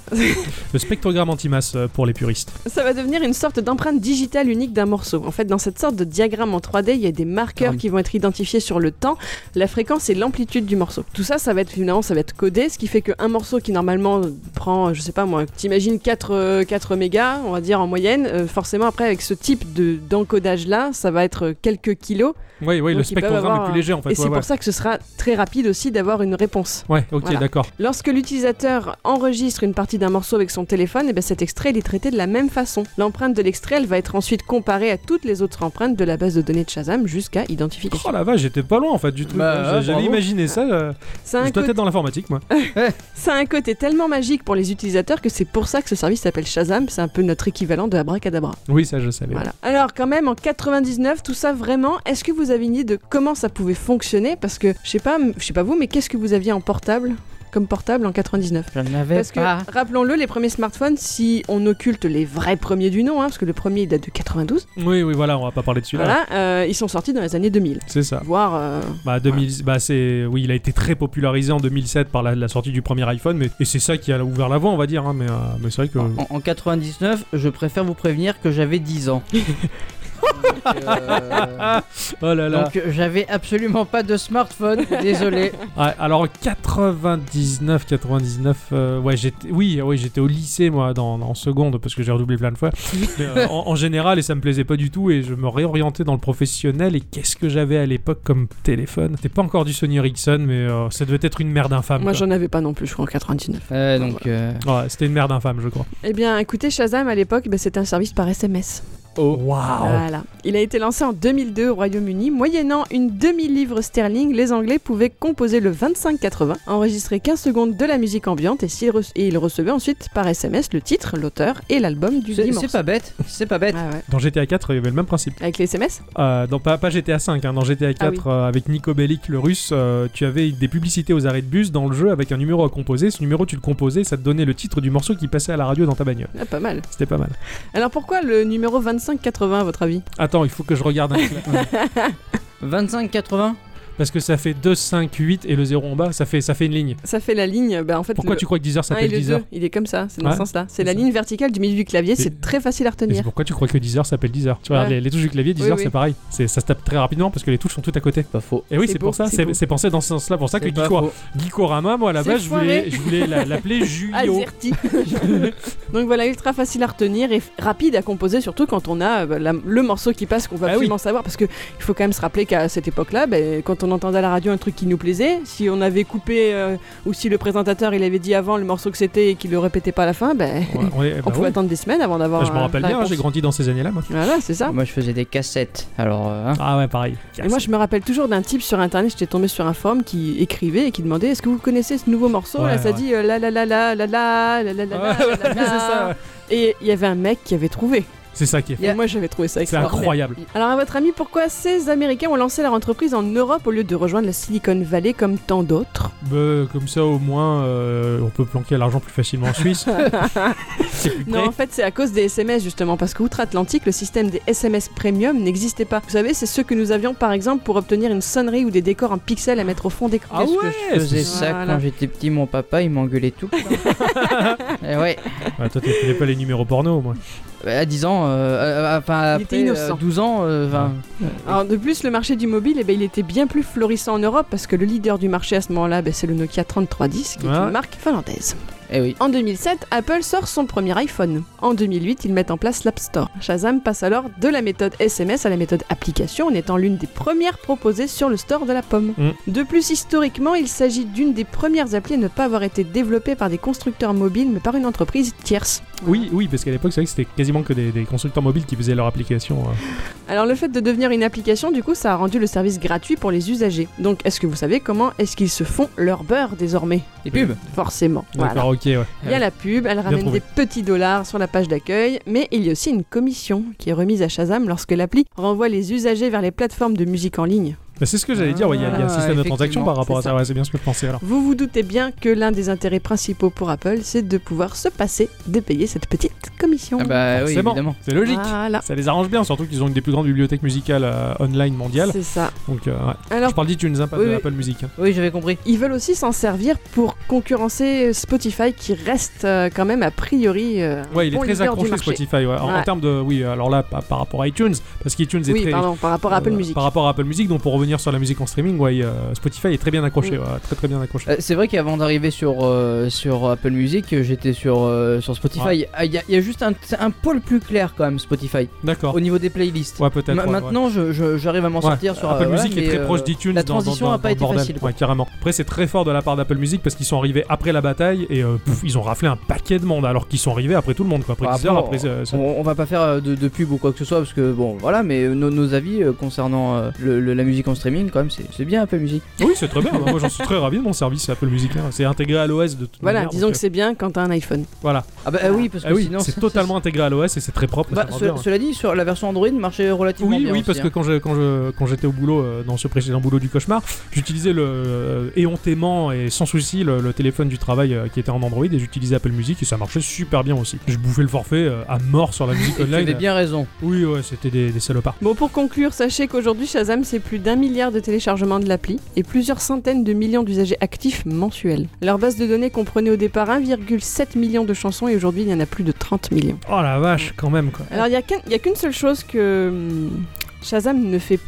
Speaker 1: le spectrogramme antimasse euh, pour les puristes.
Speaker 3: Ça va devenir une sorte d'empreinte digitale unique d'un morceau. En fait, dans cette sorte de diagramme en 3D, il y a des
Speaker 1: Ah
Speaker 3: marqueurs
Speaker 2: Pardon.
Speaker 3: qui vont être identifiés sur le temps, la fréquence et l'amplitude du morceau. Tout ça, ça va être finalement, ça va être codé, ce qui fait qu'un morceau qui normalement prend, je sais pas moi, t'imagines 4, euh, 4 mégas, on va dire en moyenne, euh, forcément après avec ce type de- d'encodage-là, ça va être quelques kilos.
Speaker 1: Oui, oui, le
Speaker 3: Donc, ils peuvent
Speaker 1: spectrogramme
Speaker 3: avoir
Speaker 1: est
Speaker 3: un-
Speaker 1: plus léger en fait.
Speaker 3: et c'est
Speaker 1: ouais,
Speaker 3: pour ça que ce sera très rapide aussi d'avoir une réponse.
Speaker 1: ouais. Ouais, ok,
Speaker 3: Voilà.
Speaker 1: d'accord.
Speaker 3: Lorsque l'utilisateur enregistre une partie d'un morceau avec son téléphone, eh ben cet extrait il est traité de la même façon. L'empreinte de l'extrait elle va être ensuite comparée à toutes les autres empreintes de la base de données de Shazam jusqu'à
Speaker 1: Oh
Speaker 3: identification.
Speaker 1: la vache, j'étais pas loin en fait du truc.
Speaker 2: Bah,
Speaker 1: J'ai- J'avais
Speaker 2: bravo.
Speaker 1: imaginé ça. euh,
Speaker 3: Ça a,
Speaker 1: Je
Speaker 3: un
Speaker 1: dois
Speaker 3: côté,
Speaker 1: être dans l'informatique, moi.
Speaker 3: ça a un côté tellement magique pour les utilisateurs que c'est pour ça que ce service s'appelle Shazam, c'est un peu notre équivalent de Abracadabra.
Speaker 1: Oui, ça, je savais.
Speaker 3: Voilà. Alors quand même en 99, tout ça vraiment, est-ce que vous avez une idée de comment ça pouvait fonctionner Parce que je sais pas, je sais pas vous, mais qu'est-ce que vous aviez en portable comme portable en 99
Speaker 2: Je n'avais
Speaker 3: Parce que,
Speaker 2: pas.
Speaker 3: rappelons-le, les premiers smartphones, si on occulte les vrais premiers du nom, hein, parce que le premier il date de 92,
Speaker 1: Oui, oui, voilà, on va pas parler de celui-là.
Speaker 3: voilà, euh, ils sont sortis dans les années 2000.
Speaker 1: C'est ça.
Speaker 3: Voire. euh,
Speaker 1: Bah, 2000, bah c'est, oui, il a été très popularisé en 2007 par la, la sortie du premier iPhone, mais, et c'est ça qui a ouvert la voie, on va dire. hein, mais euh, mais c'est vrai que.
Speaker 2: En, en 99, je préfère vous prévenir que j'avais 10 [laughs] ans. donc, euh,
Speaker 1: Oh là là.
Speaker 2: donc, euh, j'avais absolument pas de [laughs] smartphone, désolé.
Speaker 1: Ouais, ah, alors 99, 99, euh, ouais, j'étais, oui, oui, j'étais au lycée moi, dans, en seconde, parce que j'ai redoublé plein de [laughs] fois. Mais, euh, en, en général, et ça me plaisait pas du tout, et je me réorientais dans le professionnel. Et qu'est-ce que j'avais à l'époque comme téléphone C'était pas encore du Sony Ericsson, mais euh, ça devait être une merde infâme.
Speaker 3: moi,
Speaker 1: quoi.
Speaker 3: j'en avais pas non plus, je crois, en 99.
Speaker 2: Euh, donc, euh,
Speaker 1: Ouais, c'était une merde infâme, je crois.
Speaker 3: Eh bien, écoutez, Shazam, à l'époque, ben, c'était un service par SMS.
Speaker 1: Oh, waouh
Speaker 3: Voilà. Il a été lancé en 2002 au Royaume-Uni. Moyennant une demi-livre sterling, les Anglais pouvaient composer le 25-80, enregistrer 15 secondes de la musique ambiante, et, s'ils re- et ils recevaient ensuite par SMS le titre, l'auteur et l'album du
Speaker 2: c'est
Speaker 3: dimanche.
Speaker 2: c'est pas bête, c'est pas bête.
Speaker 3: Ah ouais.
Speaker 1: Dans GTA 4, il y avait le même principe.
Speaker 3: Avec les SMS
Speaker 1: Euh, dans, pas, pas GTA 5, hein, dans GTA 4
Speaker 3: Ah oui.
Speaker 1: euh, avec Nico Bellic le russe, euh, tu avais des publicités aux arrêts de bus dans le jeu avec un numéro à composer. Ce numéro, tu le composais, ça te donnait le titre du morceau qui passait à la radio dans ta bagnole.
Speaker 3: Ah, Pas mal.
Speaker 1: C'était pas mal.
Speaker 3: Alors pourquoi le numéro 2580 à votre avis [laughs]
Speaker 1: Attends, il faut que je regarde un truc.
Speaker 2: 25,80
Speaker 1: Parce que ça fait 2, 5, 8 et le 0 en bas, ça fait, ça fait une ligne.
Speaker 3: Ça fait la ligne. Bah, en fait,
Speaker 1: Pourquoi
Speaker 3: le
Speaker 1: tu crois que 10 heures
Speaker 3: un et
Speaker 1: s'appelle
Speaker 3: le
Speaker 1: 10 heures
Speaker 3: 2, il est comme ça, c'est dans
Speaker 1: Ouais,
Speaker 3: ce sens-là. C'est
Speaker 1: c'est
Speaker 3: la
Speaker 1: ça.
Speaker 3: ligne verticale du milieu du clavier,
Speaker 1: Et-
Speaker 3: c'est très facile à
Speaker 1: Et c'est [laughs]
Speaker 3: retenir.
Speaker 1: pourquoi tu crois que 10 heures s'appelle 10 heures Tu regardes
Speaker 3: Ouais.
Speaker 1: les, les touches du clavier, 10
Speaker 3: Oui,
Speaker 1: heures
Speaker 3: oui.
Speaker 1: c'est pareil. C'est- Ça se tape très rapidement parce que les touches sont toutes à côté.
Speaker 7: Pas faux.
Speaker 1: Et oui,
Speaker 3: C'est
Speaker 1: c'est
Speaker 3: beau,
Speaker 1: pour ça,
Speaker 3: c'est
Speaker 1: c'est
Speaker 3: beau.
Speaker 1: c'est pensé dans ce sens-là, pour ça que
Speaker 7: C'est pas
Speaker 1: Geeko-
Speaker 7: faux.
Speaker 1: Geekorama, moi à la
Speaker 3: C'est
Speaker 1: base, je voulais,
Speaker 3: foiré. Ah,
Speaker 1: je voulais la-
Speaker 3: [laughs]
Speaker 1: l'appeler Julio.
Speaker 3: Azerty.
Speaker 1: [laughs]
Speaker 3: Donc voilà, ultra facile à retenir et f- rapide à composer, surtout quand on a euh, bah, la- le morceau qui passe qu'on va
Speaker 1: Ah oui.
Speaker 3: absolument savoir. Parce que il faut quand même se rappeler qu'à cette époque-là, bah, quand on entendait à la radio un truc qui nous plaisait, si on avait coupé euh, ou si le présentateur il avait dit avant le morceau que c'était et qu'il le répétait pas à la fin, bah, [laughs]
Speaker 1: Ouais, on est- bah
Speaker 3: on pouvait
Speaker 1: ouais.
Speaker 3: attendre des semaines avant d'avoir.
Speaker 1: Je me
Speaker 3: euh,
Speaker 1: rappelle
Speaker 3: la
Speaker 1: bien, hein,
Speaker 3: réponse.
Speaker 1: j'ai grandi dans ces années-là, moi.
Speaker 3: Voilà, c'est ça.
Speaker 2: Ah, Moi, je faisais des cassettes. Alors, euh, hein.
Speaker 1: Ah ouais, pareil.
Speaker 3: Et moi, je me rappelle toujours d'un type sur internet, j'étais tombé sur un forum qui écrivait et qui demandait Est-ce que vous connaissez ce nouveau morceau
Speaker 1: Ouais,
Speaker 3: Là, ça
Speaker 1: ouais.
Speaker 3: dit euh, la la la la la la la la la la la
Speaker 1: [laughs]
Speaker 3: la
Speaker 1: c'est ça,
Speaker 3: la. Et il y avait un mec qui
Speaker 1: [laughs]
Speaker 3: avait trouvé.
Speaker 1: c'est ça qui est.
Speaker 3: Et moi, j'avais trouvé ça
Speaker 1: C'est
Speaker 3: extraordinaire.
Speaker 1: incroyable.
Speaker 3: Alors, à votre ami, pourquoi ces Américains ont lancé leur entreprise en Europe au lieu de rejoindre la Silicon Valley comme
Speaker 1: [laughs]
Speaker 3: tant d'autres
Speaker 1: Bah, comme ça, au moins, euh, on peut planquer l'argent plus facilement en Suisse. c'est plus
Speaker 3: Non,
Speaker 1: près.
Speaker 3: en fait, [laughs] c'est à cause des SMS justement, parce qu'outre-Atlantique, le système des SMS premium n'existait pas. Vous savez, c'est ceux que nous avions par exemple pour obtenir une sonnerie ou des décors en pixels à mettre au fond d'écran.
Speaker 1: Ah
Speaker 2: Qu'est-ce
Speaker 1: ouais,
Speaker 2: que je faisais
Speaker 1: c'est-
Speaker 2: ça
Speaker 3: Voilà.
Speaker 2: quand j'étais petit, mon papa il m'engueulait tout. [laughs] Et ouais,
Speaker 1: Ah, toi, tu connais pas les numéros porno, moi.
Speaker 2: à 10 ans, euh, euh, enfin
Speaker 3: Il était
Speaker 2: après, euh,
Speaker 3: innocent.
Speaker 2: 12 ans, euh, enfin,
Speaker 3: Alors de plus, le marché du mobile, eh ben, il était bien plus florissant en Europe parce que le leader du marché à ce moment-là, ben, c'est le Nokia 3310, qui est
Speaker 1: Ouais.
Speaker 3: une marque finlandaise.
Speaker 2: eh oui.
Speaker 3: En 2007, Apple sort son premier iPhone. En 2008, ils mettent en place l'App Store. Shazam passe alors de la méthode SMS à la méthode application en étant l'une des premières proposées sur le store de la pomme.
Speaker 1: Mm.
Speaker 3: De plus, historiquement, il s'agit d'une des premières applis à ne pas avoir été développée par des constructeurs mobiles mais par une entreprise tierce.
Speaker 1: Oui, oui, parce qu'à l'époque, c'est vrai que c'était quasiment que des, des constructeurs mobiles qui faisaient leur application. euh.
Speaker 3: Alors le fait de devenir une application, du coup, ça a rendu le service gratuit pour les usagers. Donc est-ce que vous savez comment est-ce qu'ils se font leur beurre désormais
Speaker 2: Les pubs.
Speaker 3: Forcément. Voilà.
Speaker 1: D'accord, ok, ouais.
Speaker 3: Il y a la pub, elle ramène
Speaker 1: trouvé.
Speaker 3: des petits dollars sur la page d'accueil, mais il y a aussi une commission qui est remise à Shazam lorsque l'appli renvoie les usagers vers les plateformes de musique en ligne.
Speaker 1: Bah, c'est ce que j'allais dire, ouais, il y a, il y a un
Speaker 2: Ah,
Speaker 1: système de transaction
Speaker 2: effectivement,
Speaker 1: par rapport à
Speaker 3: c'est
Speaker 1: ça.
Speaker 3: ça.
Speaker 1: Ouais, c'est bien ce que je pensais alors.
Speaker 3: Vous vous doutez bien que l'un des intérêts principaux pour Apple, c'est de pouvoir se passer de payer cette petite commission.
Speaker 2: Ah bah oui,
Speaker 1: Forcément.
Speaker 2: évidemment.
Speaker 1: C'est logique.
Speaker 3: Voilà.
Speaker 1: Ça les arrange bien, surtout qu'ils ont une des plus grandes bibliothèques musicales euh, online mondiales.
Speaker 3: C'est ça.
Speaker 1: Donc, euh, ouais.
Speaker 3: Alors
Speaker 1: je parle d'iTunes, hein, pas
Speaker 3: oui,
Speaker 1: de
Speaker 3: oui.
Speaker 1: Apple Music. hein.
Speaker 2: Oui, j'avais compris.
Speaker 3: Ils veulent aussi s'en servir pour concurrencer Spotify qui reste euh, quand même a priori. euh, un
Speaker 1: Ouais, il est
Speaker 3: bon
Speaker 1: très
Speaker 3: leader du
Speaker 1: accroché
Speaker 3: marché.
Speaker 1: Spotify. ouais. En, en
Speaker 3: Ouais.
Speaker 1: termes de, oui, euh, alors là, par, par rapport à iTunes, parce qu'iTunes est
Speaker 3: Oui,
Speaker 1: très
Speaker 3: pardon, par rapport à Apple
Speaker 1: euh,
Speaker 3: Music.
Speaker 1: Par rapport à Apple Music, donc pour revenir sur la musique en streaming, ouais, euh, Spotify est très bien accroché,
Speaker 3: Mm.
Speaker 1: ouais, très très bien accroché.
Speaker 2: Euh, C'est vrai qu'avant d'arriver sur, euh, sur Apple Music, euh, j'étais sur, euh, sur Spotify. Ah, Il y, a- il y a juste un, c'est un pôle plus clair quand même, Spotify,
Speaker 1: D'accord.
Speaker 2: au niveau des playlists.
Speaker 1: Oh. Ouais, peut-être.
Speaker 2: Ma-
Speaker 1: ouais, ouais.
Speaker 2: maintenant, je- je- j'arrive à m'en
Speaker 1: Ouais,
Speaker 2: sortir sur
Speaker 1: Apple
Speaker 2: euh, voilà,
Speaker 1: Music est
Speaker 2: mais,
Speaker 1: très
Speaker 2: euh,
Speaker 1: proche d'iTunes.
Speaker 2: La
Speaker 1: dans- dans-
Speaker 2: transition
Speaker 1: dans-
Speaker 2: a pas
Speaker 1: dans
Speaker 2: été
Speaker 1: bordel.
Speaker 2: facile. quoi.
Speaker 1: Ouais, carrément. Après, c'est très fort de la part d'Apple Music parce qu'ils sont arrivés après la bataille et euh, pouf, ils ont raflé un paquet de monde alors qu'ils sont arrivés après tout le monde, quoi. Après
Speaker 2: Bah,
Speaker 1: 10 heures,
Speaker 2: après,
Speaker 1: après. euh, ça-
Speaker 2: On, on va pas faire euh, de, de pub ou quoi que ce soit parce que bon voilà mais nos, nos avis euh, concernant euh, le- le- la musique en streaming quand même c'est c'est bien Apple Music.
Speaker 1: Oui, c'est très bien. Bah, Moi, j'en suis très ravi de mon service Apple Music. hein. C'est intégré à l'OS de toute
Speaker 3: Voilà,
Speaker 1: manière,
Speaker 3: disons
Speaker 1: donc,
Speaker 3: que c'est bien quand t'as un iPhone.
Speaker 1: euh, Voilà.
Speaker 2: Ah bah euh, oui parce que
Speaker 1: Ah oui,
Speaker 2: sinon
Speaker 1: c'est totalement intégré à l'OS et c'est très propre.
Speaker 2: Bah,
Speaker 1: ça marche
Speaker 2: ce-
Speaker 1: bien, hein.
Speaker 2: cela dit sur la version Android marchait relativement
Speaker 1: Oui,
Speaker 2: bien.
Speaker 1: oui,
Speaker 2: aussi,
Speaker 1: parce que
Speaker 2: hein.
Speaker 1: quand je quand je quand j'étais au boulot euh, dans ce précédent boulot du cauchemar, j'utilisais le euh, éhontément et sans souci le, le téléphone du travail euh, qui était en Android et j'utilisais Apple Music et ça marchait super bien aussi. Je bouffais le forfait euh, à mort
Speaker 2: [laughs]
Speaker 1: sur la musique
Speaker 2: Et tu avais
Speaker 1: online.
Speaker 2: bien raison.
Speaker 1: Oui, ouais, c'était des, des salopards.
Speaker 3: Bon, pour conclure, sachez qu'aujourd'hui, Shazam, c'est plus d'un milliard de téléchargements de l'appli et plusieurs centaines de millions d'usagers actifs mensuels. Leur base de données comprenait au départ 1,7 million de chansons et aujourd'hui, il y en a plus de 30 millions.
Speaker 1: Oh la vache, quand même quoi.
Speaker 3: Alors, il n'y a qu'un- il y a qu'une seule chose que hum, Shazam ne fait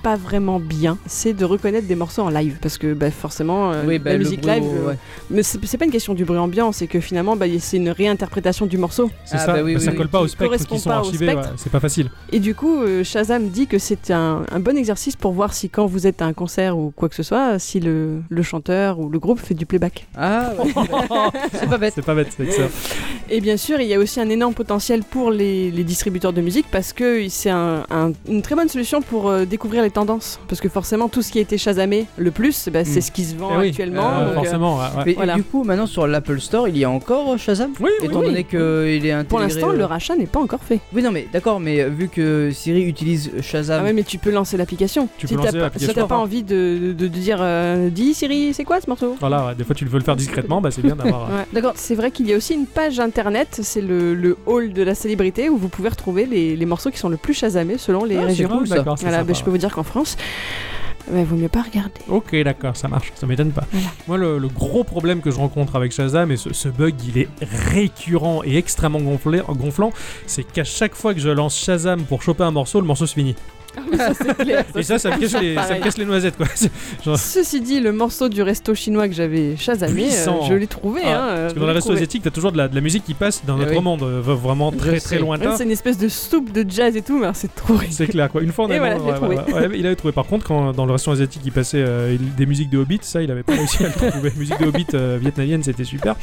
Speaker 3: pas vraiment bien, c'est de reconnaître des morceaux en live parce que bah, forcément euh,
Speaker 2: oui bah,
Speaker 3: la
Speaker 2: le
Speaker 3: musique
Speaker 2: bruit,
Speaker 3: live euh,
Speaker 2: ouais.
Speaker 3: mais c'est c'est pas une question du bruit ambiant c'est que finalement bah, c'est une réinterprétation du morceau
Speaker 1: C'est
Speaker 2: Ah,
Speaker 1: ça,
Speaker 2: bah oui,
Speaker 1: bah,
Speaker 2: oui,
Speaker 1: ça
Speaker 2: oui,
Speaker 1: colle pas
Speaker 3: qui
Speaker 1: aux spectres
Speaker 3: correspond
Speaker 1: qui sont
Speaker 3: pas au
Speaker 1: archivés,
Speaker 3: spectre.
Speaker 1: ouais, c'est pas facile.
Speaker 3: Et du coup, euh, Shazam dit que c'est un, un bon exercice pour voir si quand vous êtes à un concert ou quoi que ce soit, si le, le chanteur ou le groupe fait du playback.
Speaker 2: Ah ouais,
Speaker 1: [laughs]
Speaker 2: [laughs] c'est pas bête.
Speaker 1: c'est pas bête,
Speaker 2: [laughs]
Speaker 1: c'est ça.
Speaker 3: Et bien sûr, il y a aussi un énorme potentiel pour les, les distributeurs de musique parce que c'est un- un- une très bonne solution pour euh, découvrir les tendances. Parce que forcément, tout ce qui a été Shazamé le plus, bah, c'est
Speaker 2: Mm.
Speaker 3: ce qui se vend
Speaker 1: Eh oui,
Speaker 3: actuellement.
Speaker 1: euh,
Speaker 3: donc, euh,
Speaker 1: forcément. ouais, ouais.
Speaker 2: Mais
Speaker 3: Voilà.
Speaker 2: du coup, maintenant sur l'Apple Store, il y a encore euh, Shazam
Speaker 1: Oui, oui,
Speaker 2: Étant
Speaker 1: oui.
Speaker 2: donné qu'il est intégré.
Speaker 3: pour l'instant,
Speaker 2: euh,
Speaker 3: le rachat n'est pas encore fait.
Speaker 2: Oui, non, mais d'accord, mais euh, vu que Siri utilise
Speaker 3: Ah,
Speaker 2: Shazam.
Speaker 3: ouais, mais tu peux lancer l'application.
Speaker 1: Tu
Speaker 3: si
Speaker 1: peux
Speaker 3: t'as
Speaker 1: lancer
Speaker 3: pas-
Speaker 1: l'application.
Speaker 3: Si t'as pas envie de, de- de dire euh, Dis Siri, c'est quoi ce morceau
Speaker 1: Voilà, ouais, des fois tu le veux le faire discrètement, bah c'est bien
Speaker 2: [laughs]
Speaker 1: d'avoir. euh,
Speaker 3: Ouais. D'accord, c'est vrai qu'il y a aussi une page internet, c'est le, le hall de la célébrité où vous pouvez retrouver les, les morceaux qui sont le plus chasamés selon les
Speaker 2: Ah, c'est
Speaker 3: régions.
Speaker 2: cool, ça.
Speaker 1: D'accord, c'est
Speaker 3: Voilà,
Speaker 1: sympa,
Speaker 3: ben, je peux vous dire qu'en France, bah, vaut mieux pas regarder.
Speaker 1: Ok, d'accord, ça marche, ça m'étonne pas.
Speaker 3: Voilà.
Speaker 1: Moi, le, le gros problème que je rencontre avec Shazam, et ce, ce bug, il est récurrent et extrêmement gonflé, gonflant, c'est qu'à chaque fois que je lance Shazam pour choper un morceau, le morceau se finit.
Speaker 3: ça, [laughs] c'est clair.
Speaker 1: Et [laughs] ça, ça me casse les, ça me
Speaker 3: Pareil.
Speaker 1: casse les noisettes, quoi. [laughs] C'est-
Speaker 3: Ceci dit, le morceau du resto chinois que j'avais chasamé,
Speaker 1: Puissant.
Speaker 3: euh, je l'ai trouvé.
Speaker 1: Ah,
Speaker 3: hein, euh,
Speaker 1: Parce que
Speaker 3: je
Speaker 1: dans les
Speaker 3: l'ai
Speaker 1: restos
Speaker 3: trouvé.
Speaker 1: asiatiques, t'as toujours de la, de la musique qui passe d'un
Speaker 2: Eh
Speaker 1: autre
Speaker 2: oui.
Speaker 1: monde, euh, v- vraiment
Speaker 2: Je
Speaker 1: très
Speaker 2: sais.
Speaker 1: très lointain.
Speaker 3: Ouais, C'est une espèce de soupe de jazz et tout, mais alors c'est trop
Speaker 1: [laughs]
Speaker 3: riche.
Speaker 1: C'est clair quoi. Une fois on
Speaker 3: Et
Speaker 1: a
Speaker 3: voilà, je l'ai trouvé.
Speaker 1: il avait trouvé. Par contre, quand dans le restaurant asiatique il passait euh, il- des musiques de Hobbit, ça il avait pas réussi à le
Speaker 3: [laughs]
Speaker 1: trouver. Musique de Hobbit euh, vietnamienne, c'était super.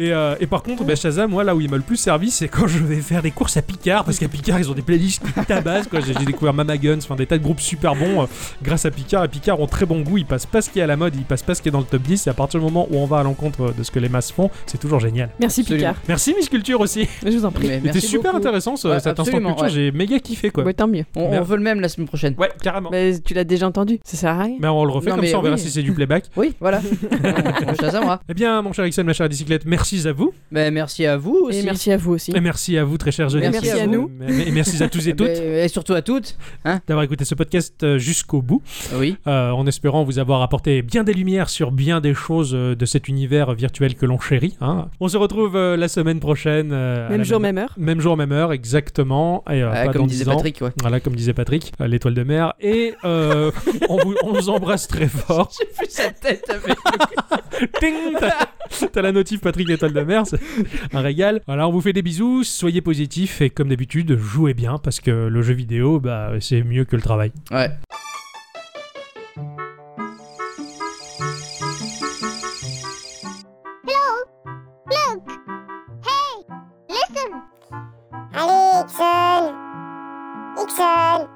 Speaker 1: Et, euh, et par contre, bah, Shazam, moi là où il m'a le plus servi, c'est quand je vais faire des courses à Picard, parce qu'à Picard ils ont des playlists qui tabassent quoi. J'ai j'ai découvert Mama Guns, enfin des tas de groupes super bons euh, grâce à Picard. Et Picard ont très bon goût, ils passent pas ce qui est à la mode, ils passent pas ce qui est dans le top 10. Et à partir du moment où on va à l'encontre de ce que les masses font, c'est toujours génial.
Speaker 3: Merci
Speaker 2: Absolument.
Speaker 3: Picard,
Speaker 1: Merci Miss Culture aussi.
Speaker 3: je vous en prie.
Speaker 1: [laughs]
Speaker 2: Mais
Speaker 1: C'était
Speaker 2: merci
Speaker 1: super
Speaker 2: beaucoup.
Speaker 1: intéressant ce-
Speaker 2: Ouais,
Speaker 1: cet instant
Speaker 2: absolument,
Speaker 1: culture,
Speaker 2: ouais.
Speaker 1: j'ai méga kiffé quoi.
Speaker 3: Bah, tant mieux.
Speaker 2: On, on
Speaker 1: Merci.
Speaker 2: veut le même la semaine prochaine.
Speaker 1: Ouais, carrément.
Speaker 3: Bah, tu l'as déjà entendu, ça sert à rien.
Speaker 1: Ben on le refait
Speaker 2: Non,
Speaker 1: comme
Speaker 2: mais
Speaker 1: ça, on verra
Speaker 2: oui.
Speaker 1: si c'est du playback.
Speaker 2: Oui,
Speaker 3: [laughs]
Speaker 2: voilà. on, on chasamera.
Speaker 1: Eh bien, mon cher Ixon, ma chère bicyclette, merci à vous.
Speaker 2: Ben, merci à vous aussi.
Speaker 3: Et merci à vous aussi.
Speaker 1: Et merci à vous, très chers jeunes.
Speaker 2: Merci à nous.
Speaker 1: Et merci à tous
Speaker 2: [laughs]
Speaker 1: et toutes
Speaker 2: Ben, et surtout à toutes.
Speaker 1: d'avoir écouté ce podcast euh, jusqu'au bout,
Speaker 2: Oui.
Speaker 1: euh, en espérant vous avoir apporté bien des lumières sur bien des choses euh, de cet univers virtuel que l'on chérit. hein. On se retrouve euh, la semaine prochaine. euh, à
Speaker 3: Même
Speaker 1: la
Speaker 3: jour, même heure.
Speaker 1: Même jour, même heure, exactement. Et, euh,
Speaker 2: Ah,
Speaker 1: pas
Speaker 2: comme
Speaker 1: dans
Speaker 2: disait
Speaker 1: 10 ans. [laughs]
Speaker 2: Patrick, ouais.
Speaker 1: Voilà, comme disait Patrick, euh, l'étoile de mer. Et euh, [laughs] on, vous, on vous embrasse très fort.
Speaker 2: J'ai vu sa tête avec.
Speaker 1: Ting [laughs] T'as- T'as la notif Patrick l'étoile de mer, c'est un régal. Voilà, on vous fait des bisous, soyez positifs et comme d'habitude, jouez bien parce que le jeu vidéo, bah, c'est mieux que le travail.
Speaker 2: Ouais.
Speaker 7: Allez, Ixon Ixon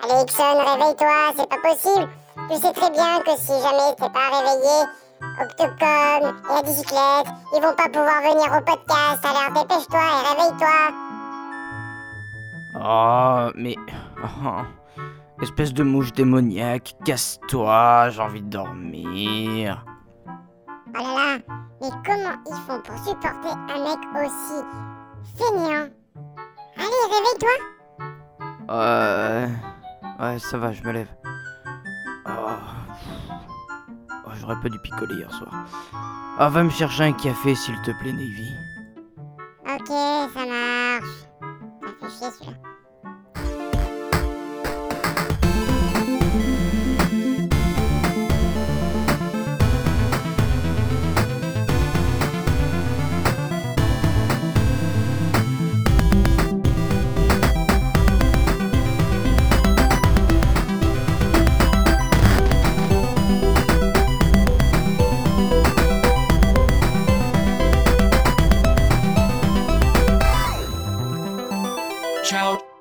Speaker 7: Allez, Ixon, réveille-toi, c'est pas possible Tu sais très bien que si jamais t'es pas réveillé, Octocom et la bicyclette, ils vont pas pouvoir venir au podcast, alors dépêche-toi et réveille-toi
Speaker 5: Oh, mais. oh, espèce de mouche démoniaque, casse-toi, j'ai envie de dormir.
Speaker 7: Oh là là Mais comment ils font pour supporter un mec aussi fainéant Allez, réveille-toi
Speaker 5: Euh. Ouais, ça va, je me lève. Oh, oh, j'aurais pas dû picoler hier soir. Ah, va me chercher un café, s'il te plaît, Navy.
Speaker 7: Ok, ça marche. Ça fait chier celui-là.
Speaker 5: Ciao,